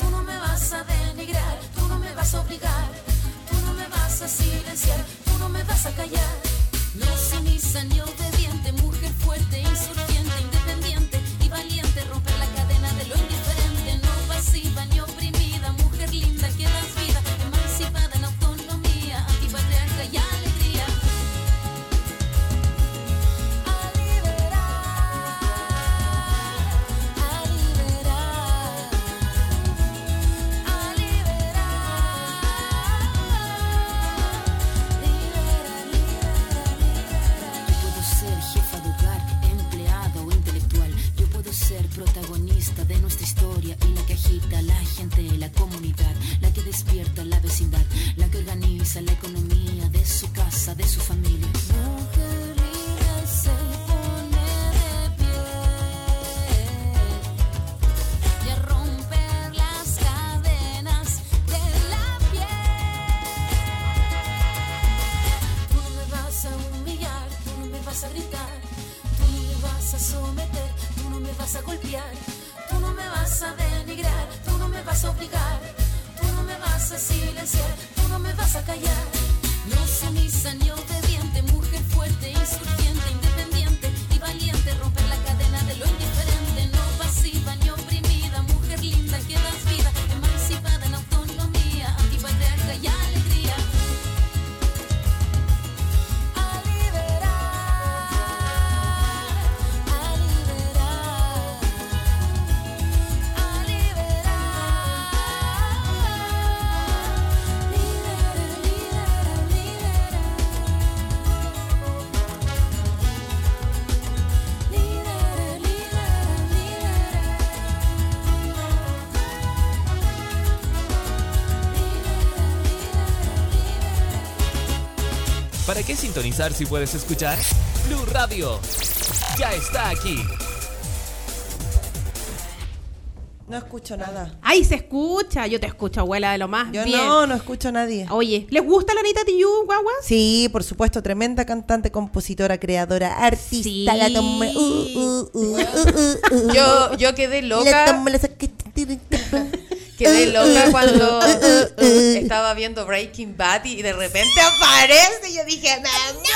tú no me vas a denigrar, tú no me vas a obligar, tú no me vas a silenciar, tú no me vas a callar. No sumisa ni obediente, mujer fuerte, insurgiente, independiente y valiente, romper la cadena de lo indiferente, no pasiva ni oprimida, mujer linda que das vida, emancipada en autonomía, antipatriarca y alegría. A liberar, a liberar, a liberar, liberar, liberar. Yo puedo ser jefa de hogar, empleada o intelectual. Yo puedo ser protagonista de nuestra historia y la que agita a la gente, la comunidad, la que despierta la vecindad, la que organiza la economía de su casa, de su familia. Mujer libre se pone de pie y a romper las cadenas de la piel. Tú no me vas a humillar, tú no me vas a gritar, tú no me vas a someter, tú no me vas a golpear, tú no me vas a denigrar, tú no me vas a obligar, tú no me vas a silenciar, tú no me vas a callar. No sumisa ni obediente, mujer fuerte, insurgiente, independiente y valiente, romper la cadena de lo indiferente, no pasiva ni oprimida, mujer linda que das vida, emancipada en autonomía, antipatriarca y alegría. A liberar, a liberar, a liberar, libera, libera, libera, libera, libera, libera. ¿Para qué sintonizar si puedes escuchar? Blue Radio ya está aquí. No escucho nada. Ay, se escucha, yo te escucho, abuela de lo más Yo bien. no, no escucho a nadie. Oye, ¿les gusta la Anita Tijoux, guaguas? Sí, por supuesto, tremenda cantante, compositora, creadora, artista. Sí. La tomé. Uh, uh, uh, uh, uh, uh. Yo, yo quedé La loca, tomé, la saqué, ti, ti, ti, ti. quedé loca Uh, cuando uh, estaba viendo Breaking Bad y de repente aparece y yo dije, "Me muero".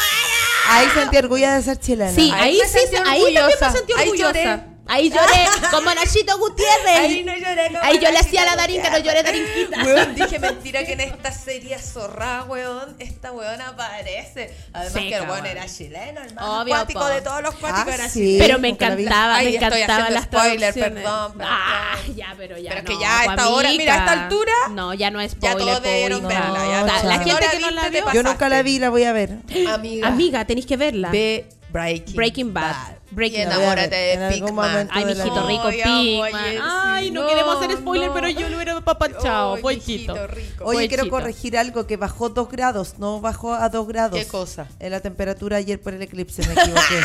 Ahí sentí orgullo de ser chilena. Sí, ahí me sí, sentí ahí también me orgullosa. sentí Ahí orgullosa. lloré. Ahí lloré como Nachito Gutiérrez. Ahí no lloré como Ahí yo le Nachito hacía a la Darinka, no lloré Darinquita. Weón, dije mentira que en esta serie zorra, weón, esta weón aparece. Además Seca, que el weón weón. era chileno, el más Obvio, acuático po. de todos los cuáticos Ah, era sí. chileno. Pero me nunca la vi. encantaba, Ay, me estoy encantaban haciendo las spoiler, traducciones. perdón, perdón. Ah, ya, pero ya Pero es no. que ya a esta hora, mira, a esta amiga. altura, No, ya no es ya spoiler. todos debieron po, verla, ya no. todos. la Si gente no la que no la viste, te vio. pasa. Yo nunca la vi, la voy a ver. Amiga, Amiga, tenéis que verla. ve Breaking, Breaking Bad. Y Breaking Bad. enamórate En de algún Pinkman. momento Ay, de la mijito vida. rico, Ay, amo a Pinkman. Jersey. Ay, no, No, queremos hacer spoiler, no. pero yo lo hubiera papachado. Ay, Poechito. mijito rico. Oye, quiero Poechito. corregir algo que bajó dos grados, no bajó a dos grados. ¿Qué cosa? Eh, la temperatura ayer por el eclipse, me equivoqué.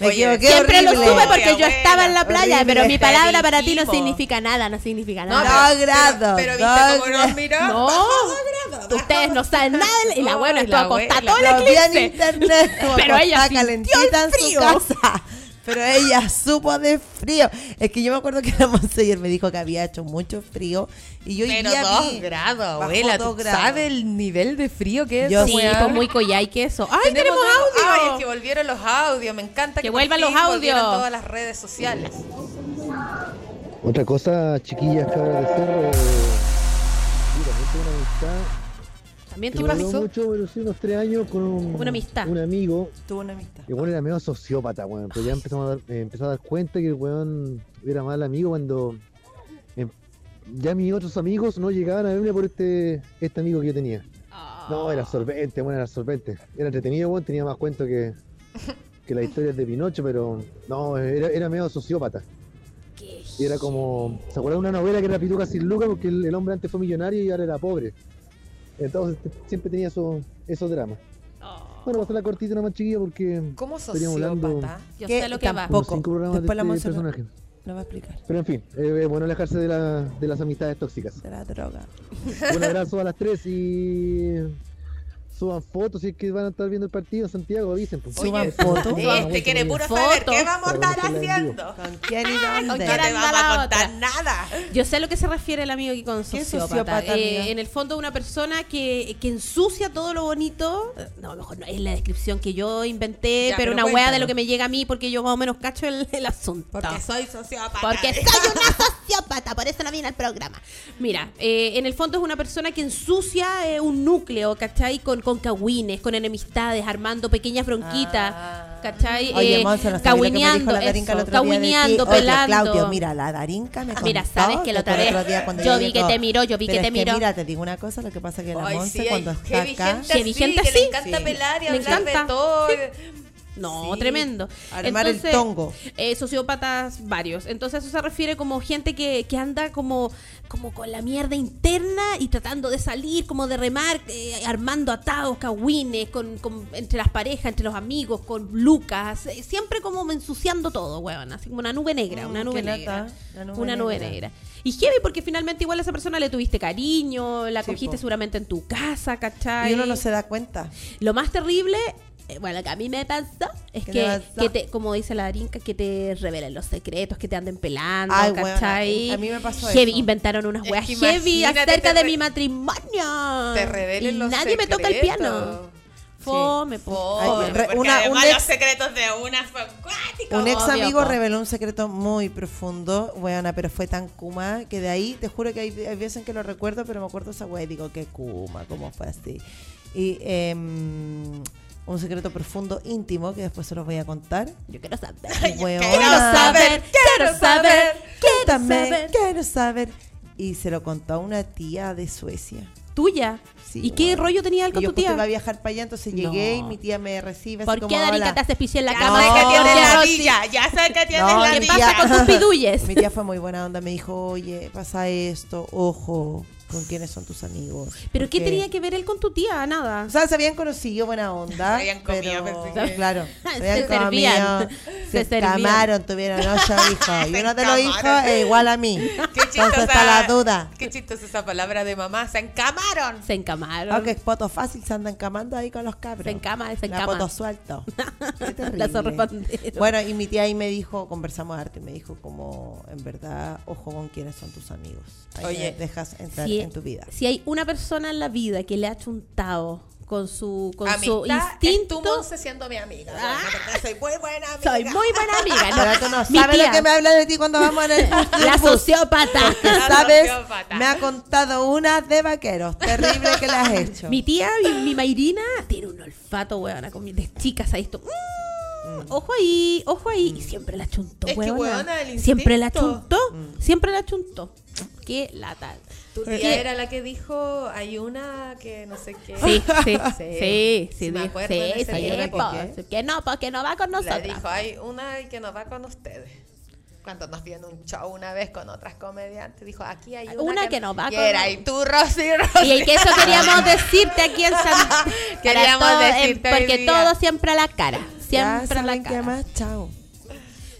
Me Oye, equivoqué. Siempre lo horrible. sube porque yo Abuela, estaba en la playa, horrible. pero mi palabra para ti no Dijimos. significa nada, no significa No, nada. Dos pero, grados, pero dos viste cómo grados. nos miró. No. Ustedes no saben nada y la abuela Ay, estuvo la acostada abuela. todo el Lo vi en eclipse. internet. como Pero ella acostada sintió el frío. en su casa. Pero ella supo de frío. Es que yo me acuerdo que la Monse ayer me dijo que había hecho mucho frío. Y yo hoy Pero día dos vi- grados, bajó abuela. dos ¿Tú grados. sabes el nivel de frío que es? Yo esa Sí, weá? pues muy collay que eso. ¡Ay, tenemos Ay, es audio! que volvieron los audios. Me encanta que Que por vuelvan fin los audios. volvieron todas las redes sociales. Otra cosa, chiquillas, cabras de cerro. eh, sí, también tengo una amistad. También que tú me pasó. duró mucho, pero sí, unos tres años con un, Una amistad. un amigo. Tuvo una amistad. El weón era medio sociópata, weón. Pero ya Ah. empezamos a dar, eh, empezó a dar cuenta que el weón era mal amigo cuando em, ya mis otros amigos no llegaban a verme por este, este amigo que yo tenía. Ah, No, era sorbente, bueno, era sorbente. Era entretenido, weón, tenía más cuento que, que las historias de Pinocho, pero no, era, era medio sociópata. Y era como, ¿se acuerdan de una novela que era Pituca sin Lucas? Porque el, el hombre antes fue millonario y ahora era pobre. Entonces te- siempre tenía esos esos dramas. Bueno, va a ser la cortita nomás chiquilla porque ¿Cómo Estaríamos sociópata? hablando- Yo ¿Qué? sé lo que va. Tampoco. unos cinco programas Después la de este Monse no- personaje. Lo va a explicar. Pero en fin, eh, es bueno alejarse de, la, de las amistades tóxicas. De la droga. Un abrazo a las tres y suban fotos si es que van a estar viendo el partido en Santiago, avisen. Pues. Oye, Suban fotos. Este quiere puro Fotos. saber qué vamos a Pero no estar se la envío. haciendo. ¿Con quién y ¿Con dónde? quién No te anda vamos a la contar otra? nada. Yo sé a lo que se refiere el amigo aquí con ¿Qué es sociópata. sociópata, Eh, amiga? en el fondo, una persona que, que ensucia todo lo bonito. No, a lo mejor no es la descripción que yo inventé, Ya, pero pero, una weá de cuéntanos. lo que me llega a mí porque yo más o menos cacho el, el asunto. soy sociópata. Porque soy una sociópata, por eso no vine al programa. Mira, eh, en el fondo es una persona que ensucia eh, un núcleo, ¿cachai? Con, con cagüines, con enemistades, armando pequeñas bronquitas, ¿cachai? Oye, Eh, Monse, no sabía lo que me dijo cahuineando, la Darinka el eso, otro día de ti. cahuineando, Oye, pelando. Claudio, mira, la Darinka me Ah, mira, contó sabes que la otra el vez otro día cuando yo vi llegó- que te miró, yo vi Pero que te es miró. Mira, te digo una cosa, lo que pasa es que la Ay, Monse sí, cuando hay está heavy acá... gente Heavy así, gente que así. le encanta Sí. pelar y Le hablar de encanta. todo. No, Sí. tremendo. Armar el tongo. eh, sociópatas varios. Entonces eso se refiere como gente que, que anda como, como con la mierda interna y tratando de salir, como de remar, eh, armando atados, cagüines, con, con- entre las parejas, entre los amigos, con Lucas. eh, siempre como ensuciando todo, weón. Así como una nube negra, Mm, una nube qué lata, negra. la nube una nube negra. negra. Y heavy porque finalmente igual a esa persona le tuviste cariño, la Sí, cogiste po. seguramente en tu casa, ¿cachai? Y uno no se da cuenta. Lo más terrible, eh, bueno, que a mí me pasó, es ¿Qué que, te pasó? que te, como dice la Darinka, que te revelen los secretos, que te anden pelando, Ay, weona, eh, ¿cachai? a mí me pasó Heavy, eso. Inventaron unas Es weas que heavy imagínate, acerca te de re- mi matrimonio. Te revelen Y los nadie me toca el piano. secretos. Fome, po, Fome, fome. re- porque Oh, una- un además ex- los secretos de una son cuáticos. Un ex obvio, amigo po. reveló un secreto muy profundo, weona, pero fue tan kuma que de ahí, te juro que hay, hay veces en que lo recuerdo, pero me acuerdo esa wea y digo, qué kuma, cómo fue así. Y em, un secreto profundo, íntimo, que después se los voy a contar. Yo quiero saber. Weona. Quiero saber, quiero saber, quiero Cuéntame, saber. quiero saber. Y se lo contó a una tía de Suecia. Tuya. Sí, ¿Y qué weona. rollo tenía él Y con yo tu justo tía? iba a viajar para allá, entonces llegué y No. mi tía me recibe así ¿Por como, qué Darinka "Hola". te haces pichí en la Ya cama? sé que con tienes Rosy? la villa, ya sé que tienes No, la ¿Qué mi villa. pasa con tus pidulles? Mi tía fue muy buena onda, me dijo, oye, pasa esto, ojo, con quiénes son tus amigos. ¿Pero qué Porque- tenía que ver él con tu tía? Nada. O sea, se habían conocido, buena onda. habían comido, pero- pensé que- Claro, Se habían servían, comido, se Se, servían. camaron, tuvieron ocho hijos. Y Se uno de los hijos es encamaron. eh, igual a mí. Qué Entonces está la duda. Qué chistosa esa palabra de mamá. Se encamaron. Se encamaron. Aunque Ah, es poto fácil, se andan camando ahí con los cabros. Se encama, se La encama. poto suelto. Qué terrible. La zorra pandero. Bueno, y mi tía ahí me dijo, conversamos arte, me dijo como, en verdad, ojo con quiénes son tus amigos. Ahí Oye, te dejas entrar en tu vida. si hay una persona en la vida que le ha chuntado con su, con su Amistad es tu instinto. Ah. Monse siendo mi amiga. Bueno, Soy muy buena amiga. Soy muy buena amiga. Ah, No, Pero tú no mi sabes tía, lo que me habla de ti cuando vamos en el bus. La sociópata. Porque La sabes, sociópata. me ha contado una de vaqueros. Terrible que la has hecho. Mi tía, mi, mi Mayrina, tiene un olfato, weona, con mis de chicas ahí. Esto. Mm, Ojo ahí, ojo ahí. Mm. Y siempre la chuntó, Es que, weona. weona, el Siempre la instinto. chuntó, Mm. siempre la chuntó. Qué lata. Tu tía ¿Qué? era la que dijo, hay una que no sé qué. Sí, sí, sí, sí, Sí, me dijo, acuerdo de ese sí, día. po, que no, porque no va con La nosotros. dijo, hay una que nos va con ustedes. Cuando nos vio en un show una vez con otras comediantes, dijo, aquí hay una, Una que nos va y con- Era, y tú, Rosy, Rosy. Y que eso queríamos decirte aquí en San Queríamos para todo, eh, decirte hoy Porque día. todo siempre a la cara. Ya Siempre a la saben qué cara. más. Chao.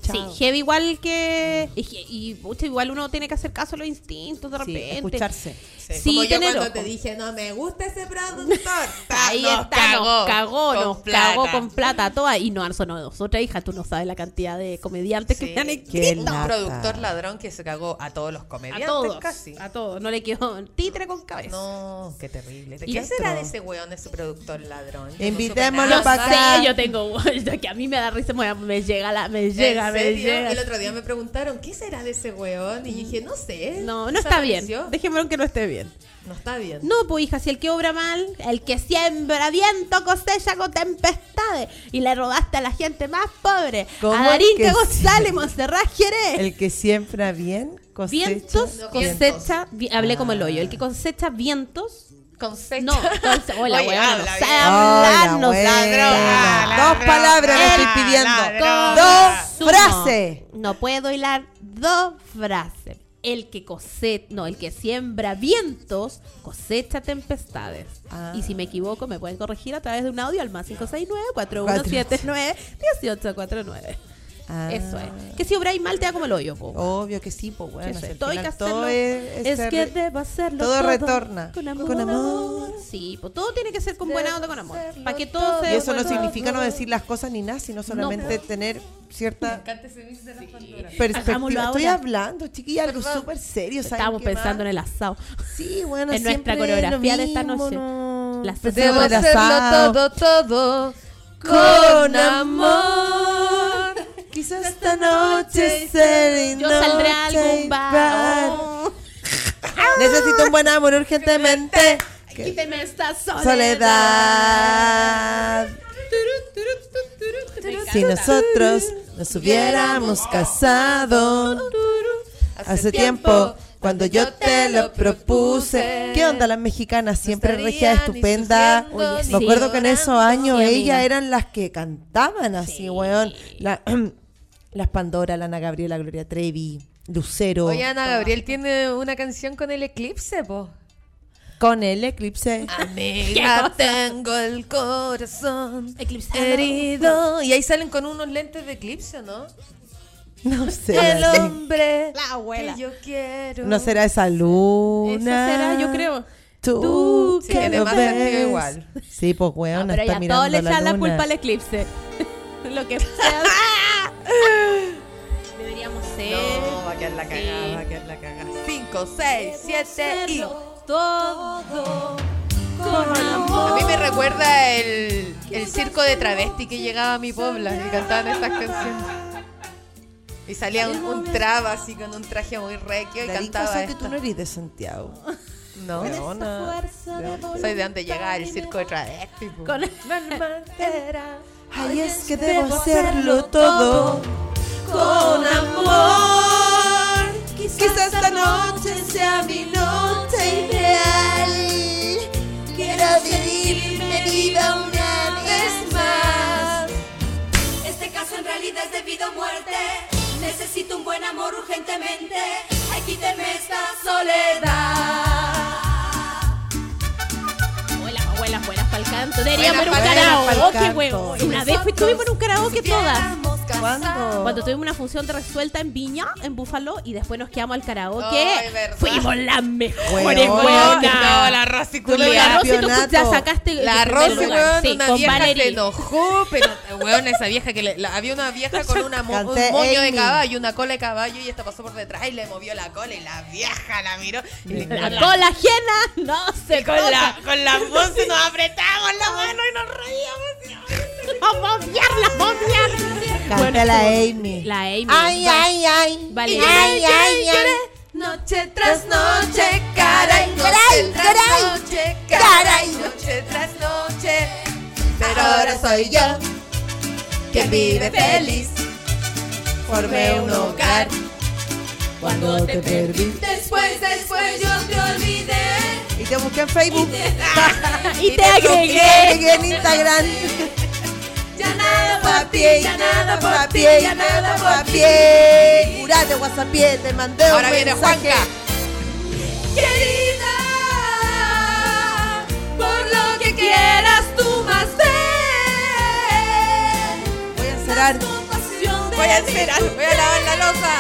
Chao. Sí, heavy igual que. Y, je- y, pucha, igual uno tiene que hacer caso a los instintos de Sí, repente. escucharse. Sí, Sí, como yo tener cuando ojo. te dije, no me gusta ese productor. "Ah, Ahí nos está, nos cagó, con nos plata. cagó con plata toda. Y no han sonado otra hija, tú no sabes la cantidad de comediantes que Sí. me han Qué escrito. Un lata. productor ladrón que se cagó a todos los comediantes A todos, casi. a todos. No le quedó un títere con cabeza. No, qué terrible. Y ¿Qué será de otro. ese weón, de ese productor ladrón? Yo no supe Invitémoslo nada. Yo pa' acá. sé, yo tengo que a mí me da risa, me, me llega la, me ¿En llega, me serio? llega. El otro día me preguntaron, ¿qué será de ese weón? Y dije, no sé. No, no está bien. desapareció. Dejémoslo que no esté bien. No está bien. No, pues hija, si el que obra mal, el que siembra viento, cosecha con tempestades. Y le robaste a la gente más pobre. ¿Cómo A Darín que que sí? González, Monserrat Jerez. El que siembra bien, cosecha. Vientos, No, cosecha, vi- hablé como el hoyo. El que cosecha vientos. Concepto. No, conse- hola, Oye, weón, no habla sabe bien. hablar, Hola, no sabe abuela. hablar. Dos palabras le estoy El pidiendo. consumo. Dos frases. No puedo hilar dos frases. El que cosecha, no, el que siembra vientos, cosecha tempestades. Ah. Y si me equivoco, me pueden corregir a través de un audio al más 569-4179-1849. Ah. Eso es. Que si obráis mal, te da como el hoyo, po. Obvio que sí, pues bueno. Eso si es. al Todo hay que final hacerlo. todo es, es, es que re- debo hacerlo. todo retorna. Con amor. Con amor. Sí, pues todo tiene que ser con buena onda, con amor. hacerlo Para que todo todo. sea Y eso no bueno. significa no decir las cosas ni nada, sino solamente tener cierta Hagámoslo perspectiva. Estoy ahora. hablando, chiquilla, algo súper serio. ¿saben Estábamos qué pensando en más? el asado. Sí, bueno, en nuestra siempre coreografía lo de esta mismo, noche. ¿no? La Pues Debo debo el asado. hacerlo todo, todo con amor. Quizás esta noche será Yo saldré a noche algún bar. Oh, Necesito un buen amor urgentemente. Que- quíteme esta soledad. Soledad. Turut, turut, turut, turut. Me encanta. Si nosotros nos hubiéramos casado hace tiempo, cuando yo te lo propuse. ¿Qué onda las mexicanas? Siempre estaría regia, ni estupenda. sufriendo, Oye, ni Me acuerdo que en llorando. esos años Sí, amiga. ellas eran las que cantaban así, weón. La- las Pandora, Lana Gabriela, Gloria Trevi, Lucero. Oye, Ana Gabriel tiene una canción con el eclipse, po. Con el eclipse. Ah. Amiga, tengo el corazón Eclipsado. herido. Y ahí salen con unos lentes de eclipse, ¿no? No sé. El hombre La abuela. que yo quiero. No será esa Esa luna. será, yo creo. Ah, Tú, Tú que que me tiene más sentido ves. igual. Sí, pues Ah, weón, pero está ya todo mirando le la, echa la luna. culpa al eclipse. Lo que sea. Deberíamos ser. No, va a quedar la cagada, Sí. va a quedar la cagada. 5, 6, 7 y. Hacerlo todo con A amor. mí me recuerda el, el circo de travesti que llegaba a mi puebla y cantaban estas canciones. Y salía un, un traba así con un traje muy requio y Darín, cantaba. cosa que tú esto. no eres de Santiago. No, Weona. soy de donde llegaba el circo de travesti. po. Con- Ay, es que debo hacerlo todo con amor. Quizás esta noche sea mi noche ideal. Quiero vivirme viva una vez más. Este caso en realidad es debido a muerte. Necesito un buen amor urgentemente. Ay, quíteme esta soledad. Abuelas, abuelas, buenas para el canto. Deberíamos ir a un Buenas pa'l karaoke, canto. huevo. Una vez fui- estuvimos en un karaoke todas. Quisiéramos ¿Cuándo? Cuando tuvimos una función de resuelta en Viña, en Búfalo, y después nos quedamos al karaoke. Ay, verdad. Fuimos las mejores, Weón. weona. No, la Rosy Tú Pero la culiá. Rosy, tú campeonato. ya sacaste el La primer Rosy, lugar. weón, Sí, una con vieja se Valerie. enojó, pero, weón, esa vieja que le, la- había una vieja con una mo- un Canté moño de Amy. caballo, una cola de caballo, y esta pasó por detrás y le movió la cola y la vieja la miró. Y le- La cola ajena, no se con la, con la voz y nos apretamos la mano y nos reíamos. ¡Vamos a obviarla, vamos a obviarla. Canta la Amy. La Amy. Ay, ay, ay. Valeria. Ay, ay, ay. Noche tras noche, caray, noche Caray, tras caray, noche, caray. noche tras noche. Pero ahora soy yo que vive feliz, formé un hogar. Cuando te perdí. Después, después yo te olvidé. Y te busqué en Facebook. Y te agregué. Llegué en Instagram. Ya nada Pa' pie, ya nada pa' pie, ya nada pa' pie. Curate, WhatsApp, te mandé un Ahora viene mensaje. Juanca. Querida, por lo que quieras tú más ver. Voy a encerrar. Voy a esperar, voy a lavar la losa.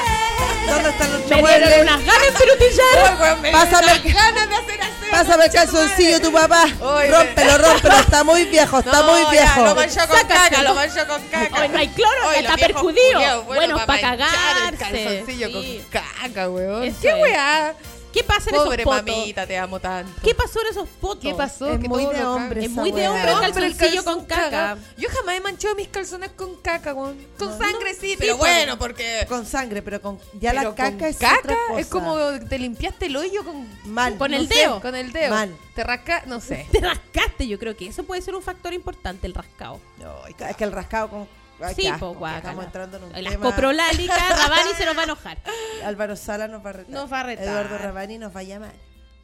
¿Dónde están los Me dieron muebles? unas ganas, pero te ya. Pásame el- ganas de hacer aseo. Pásame el calzoncillo tu papá. Oye. Rómpelo, rómpelo. Está muy viejo, está No, muy ya, viejo. Lo manchó con Sácaselo. caca, lo manchó con caca. Ay, no hay cloro, Ay, ya los está viejos percudido. culiaos, Bueno, pa' manchar el cagarse. calzoncillo Sí. con caca, weón. Eso Qué es. weá. ¿Qué pasa en Pobre esos potos? mamita, te amo tanto. ¿Qué pasó en esos Em, potos? ¿Qué pasó? Es Que muy todo de lo caga. hombre Es esa muy de weá. hombre el Hombre, calzoncillo con caca. Yo jamás he manchado mis calzones con caca, weón. Con sangre sí, sí, pero pues. bueno, porque... Con sangre, pero con ya pero la con caca es caca, otra cosa. es como te limpiaste el hoyo con... mal. con no el sé, dedo. Con el dedo. Mal. Te rasca... No sé. Te rascaste, yo creo que eso puede ser un factor importante, el rascado. No, es que el rascado con ay, sí, qué po, asco, que guácala. Estamos entrando en un Las tema. coprolálicas, Rabani se nos va a enojar. Álvaro Sala nos va a retar. Nos va a retar. Eduardo Rabani nos va a llamar.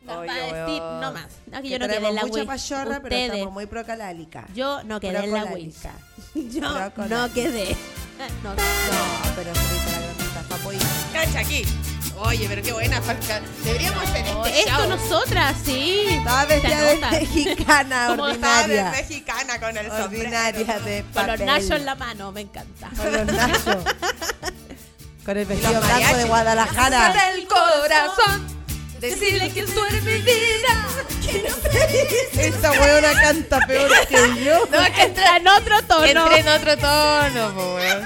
Nos Oye, va a decir, weón. no más. No, que Que yo no quedé tenemos en la mucha Wii. pachorra, pero Ustedes, estamos muy procalálica. yo no quedé en la Wii. Procalálica. Yo Procola. no quedé. No, No, pero frita la granita, papo. y- Cacha aquí. Oye, pero qué buena Juanca. Deberíamos tener no. este show. Esto nosotras, sí. Estaba Se vestida de nota. mexicana Como Sabes, ordinaria. mexicana con el Ordinaria de Con los papel. nachos en la mano, me encanta. Con los nachos. Con el vestido los blanco de mariachis. Guadalajara. del corazón. Decirle que tú eres mi vida. Que no Esa huevona canta peor que yo. No, que Entra en otro tono. Entré en otro tono, po, weón.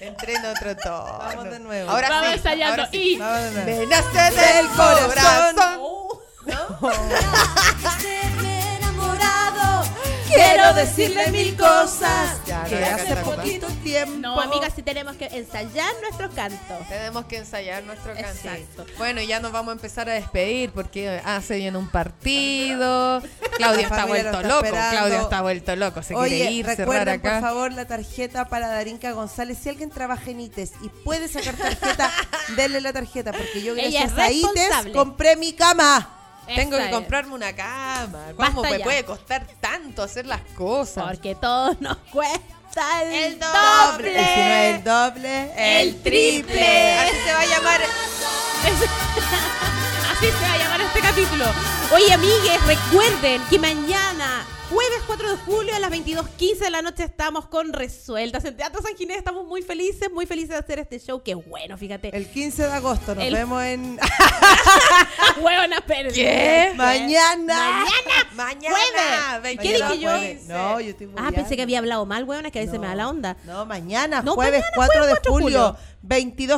Entré en otro tono. Vamos de nuevo. Ahora Vamos sí. ensayando. ahora sí. Y No, no, no. Me nace del corazón. Quiero decirle mil cosas Ya, no que voy a hace cantar más. poquito tiempo. no, amigas, sí tenemos que ensayar nuestro canto. Tenemos que ensayar nuestro canto. Exacto. Bueno, ya nos vamos a empezar a despedir porque hace bien un partido. Claudio La está familia lo vuelto está loco. esperando. Claudio está vuelto loco. Se quiere Oye, ir, cerrar recuerden por acá. favor la tarjeta para Darinka González. Si alguien trabaja en ITES y puede sacar tarjeta, denle la tarjeta porque yo Ella gracias es a ITES responsable. compré mi cama. Tengo Esa que es. comprarme una cama. ¿Cómo Basta me ya. puede costar tanto hacer las cosas? Porque todo nos cuesta el, El doble. Y doble. si no es el doble, El triple. Así se va a llamar. Es- Así se va a llamar este capítulo. Oye, amigues, recuerden que mañana, jueves 4 de julio a las 22.15 de la noche, estamos con Resueltas en Teatro San Ginés. Estamos muy felices, muy felices de hacer este show. Qué bueno, fíjate. el 15 de agosto. Nos El- vemos en Ah, Huevona, perdí. ¿Qué? mañana. Mañana. Jueves. ¿Qué Mañana dije yo? jueves. No, yo estoy Ah, pensé que había hablado mal, huevona, que a veces No. me da la onda. No, mañana, No, jueves mañana, 4 de jueves 4 de julio, julio.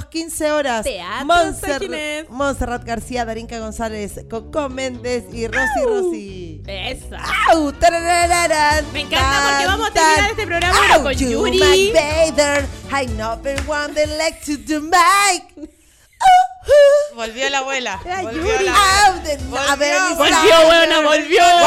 22.15 horas. Teatro San Monserrat, Ginés. Montserrat García, Darinka González, Coco Méndez y Rosy Rosy. Esa. ¡Au! Tararararán, Me encanta porque tan, vamos a terminar tan. este programa ahora ¡Au! con You Yuri. my bather, I never want the like to the mic. Volvió la abuela. Era Volvió Yuri. la Au, the navel is Volvió, weona, volvió. Walking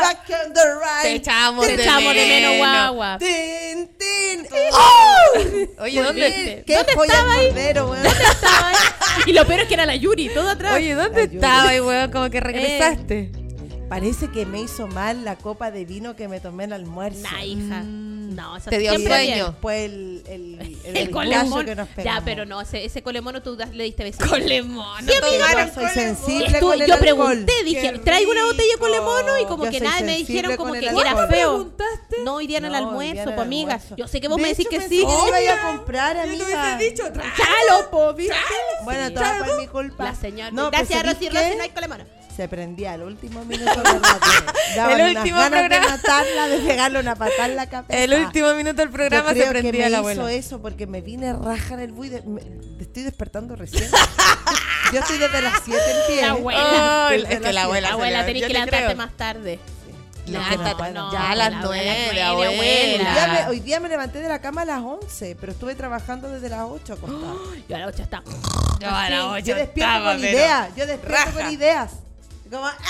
up and back on the Te right. echamos Te de echamos de menos, menos. guagua. Tin, tin. ¡Oh! Oye, ¿dónde, ¿Qué ¿Dónde joya estaba el ahí? cordero, weón? Estaba ahí. Y lo peor es que era la Yuri, todo atrás. oye, ¿dónde Ayuda. estaba ahí, weón? Como que regresaste. Eh, Parece que me hizo mal la copa de vino que me tomé en el almuerzo. Mm. Nah, hija. No, eso Te dio siempre sueño. bien. Fue el, el, el, El bizcocho colemón. que nos pegamos. Ya, pero no, ese, ese colemono tú das- le diste besito. Colemono. No tomaron Yo soy cola, sensible Estuve- con el yo alcohol. pregunté, dije, Qué traigo una botella de rico. colemono y como Yo que soy nada, me sensible dijeron con como el que alcohol. era feo. preguntaste? No, hoy día en el No, hoy día almuerzo, en el pues amiga. almuerzo. Yo sé que vos De me decís hecho, que pensé sí. que te iba a ir a comprar, amiga. ¡Chalo, po! ¿viste? Bueno, Sí. todo fue mi culpa. La señora. No, Gracias, pero Rosy ¿sabís Rosy, qué? no hay con la mano. Se prendía al último minuto de radio. Daban El unas último ganas programa. de matarla, de pegarle una patada en la cabeza. El último minuto del programa Ah. Yo creo se prendía que me hizo la abuela. eso porque me vine raja en el buey. de- me- te estoy despertando recién. Yo estoy desde las 7 en pie. La abuela. Ay, Desde es que las la La abuela. siete. abuela, señora, tenés yo te que levantarte creo. más tarde. No, Ah, que no ta- puedo. no, ya a las la nueve, abuela. abuela. Ya me- hoy día me levanté de la cama a las 11, pero estuve trabajando desde las 8 acostada. Yo a las ocho está. Yo a la ocho Yo despierto estaba, con pero- ideas. Yo despierto raja. con ideas. Como, ¡ah!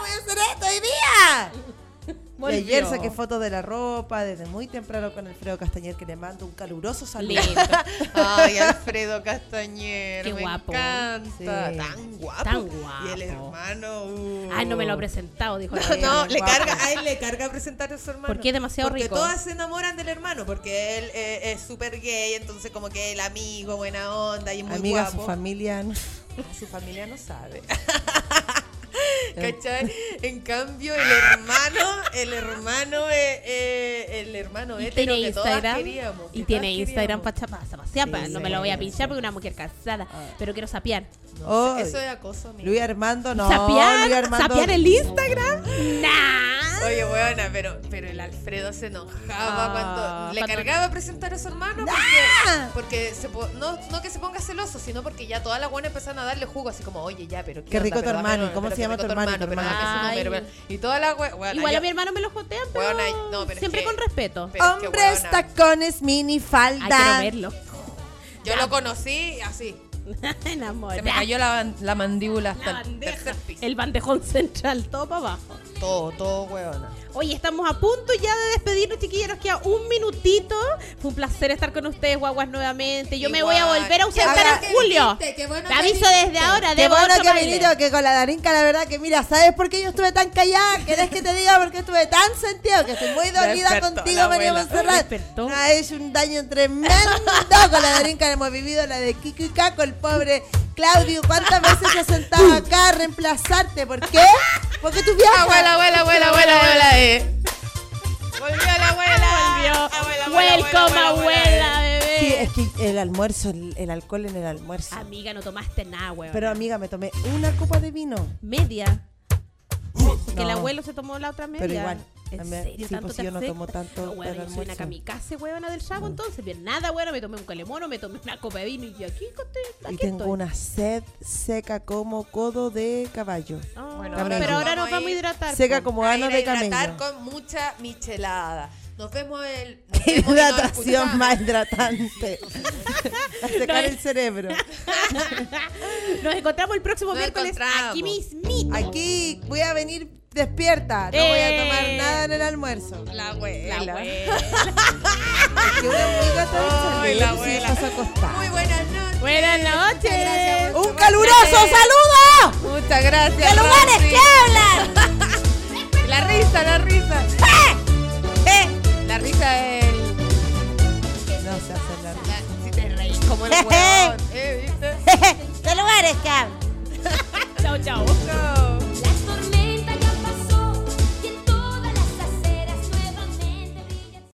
Voy a hacer esto hoy día. Y ayer saqué fotos de la ropa desde muy temprano con Alfredo Castañer, que le mando un caluroso saludo. Lindo. Ay, Alfredo Castañer. Qué me guapo. encanta. Sí. Tan guapo. Tan guapo. Y el hermano. uh. Ay, Ah, no me lo ha presentado, dijo. No, la no, Elena. le guapo. carga, a él le carga presentar a su hermano. Porque es demasiado porque rico. todas se enamoran del hermano, porque él eh, es súper gay, entonces como que el amigo, buena onda y es muy Amiga, guapo. su familia. no- su familia no sabe. ¿Cachai? En cambio, el hermano, el hermano, eh, eh, el hermano Y hétero tiene que todas Instagram. queríamos, que y tiene todas Instagram queríamos. para Sí, No me lo voy a pinchar porque una mujer casada. Pero quiero sapear. Oh, Eso es acoso, amigo. Luis Armando, no. ¿Sapear? Luis Armando. ¿Sapear el Instagram? Nah. Oye, weona, pero, pero el Alfredo se enojaba Ah, cuando le cuando- cargaba presentar a su hermano porque, porque se po- no, no que se ponga celoso, sino porque ya todas las buenas empezaron a darle jugo, así como, oye, ya, pero qué, Qué onda, rico tu pero dame hermano, nombre, ¿cómo pero se qué llama rico tu hermano? Tu pero dame su hermano. número, Ay. pero- y todas las we- weona, Igual ya- a mi hermano me lo jotean, pero Weona, no, pero es siempre que- con respeto. Pero es que, Hombres, weona, tacones, mini Hay falda. que verlo. Yo lo conocí así. Enamorada. Se me cayó la, ban- la mandíbula hasta La el bandeja. tercer piso. El bandejón central, todo para abajo. Todo, todo, weona. Oye, estamos a punto ya de despedirnos, chiquillos. Nos queda un minutito. Fue un placer estar con ustedes, guaguas, nuevamente. Yo me voy a Igual. volver a ausentar Ahora en que julio. viniste, qué bueno Te que aviso viniste. desde ahora. Qué Debo bueno otro que baile. viniste, que con la Darinka, la verdad que mira, ¿sabes por qué yo estuve tan callada? ¿Querés que te diga por qué estuve tan sentido? Que estoy muy dolida Despertó la contigo, María abuela. Monserrat. Despertó. Ha hecho un daño tremendo con la Darinka, la hemos vivido, la de Kiko y Caco, el pobre Claudio. ¿Cuántas veces se Uh. sentaba acá a reemplazarte? ¿Por qué? Porque tú viajas. Abuela, abuela, abuela, abuela, abuela, eh. Volvió la abuela. Volvió. Welcome, abuela, bebé. Sí, es que el almuerzo, el, el alcohol en el Ah. almuerzo. Amiga, no tomaste nada, weón. Pero amiga, me tomé una copa de vino. Media. Porque el No. abuelo se tomó la otra media. Pero igual, ¿En también- serio? sí, ¿Tanto pues te yo no afecta? tomo tanto No, weón, del yo soy una almuerzo. Mm. kamikaze, weón, del chavo, entonces. Bien, nada, weón, me tomé un calemono, me tomé una copa de vino y yo aquí, estoy- aquí y tengo estoy. una sed seca como codo de caballo. Ah, Bueno, ahora pero nos ahora vamos nos a vamos a ir hidratar. Seca po. como ano de camello. hidratar con mucha michelada. Nos vemos el. nos Qué vemos y nos hidratación escuchamos. más hidratante. A secar el cerebro. Nos encontramos el próximo Nos miércoles encontramos. aquí mismito. Aquí voy a venir despierta. No voy a tomar Eh. nada en el almuerzo. La abuela. La abuela. Porque una muy gata Ay, del salir, la si abuela. estás acostada. Muy buenas noches. Buenas noches. gracias ¡Un caluroso saludo! Muchas gracias. ¡De lugares Rosy. que hablan! Eh, La risa, la risa. La risa del. No se hace la la- Si te reís como el huevón. ¿Eh? ¿Viste? ¡De lugares que hablan! Chao, chao. Chao.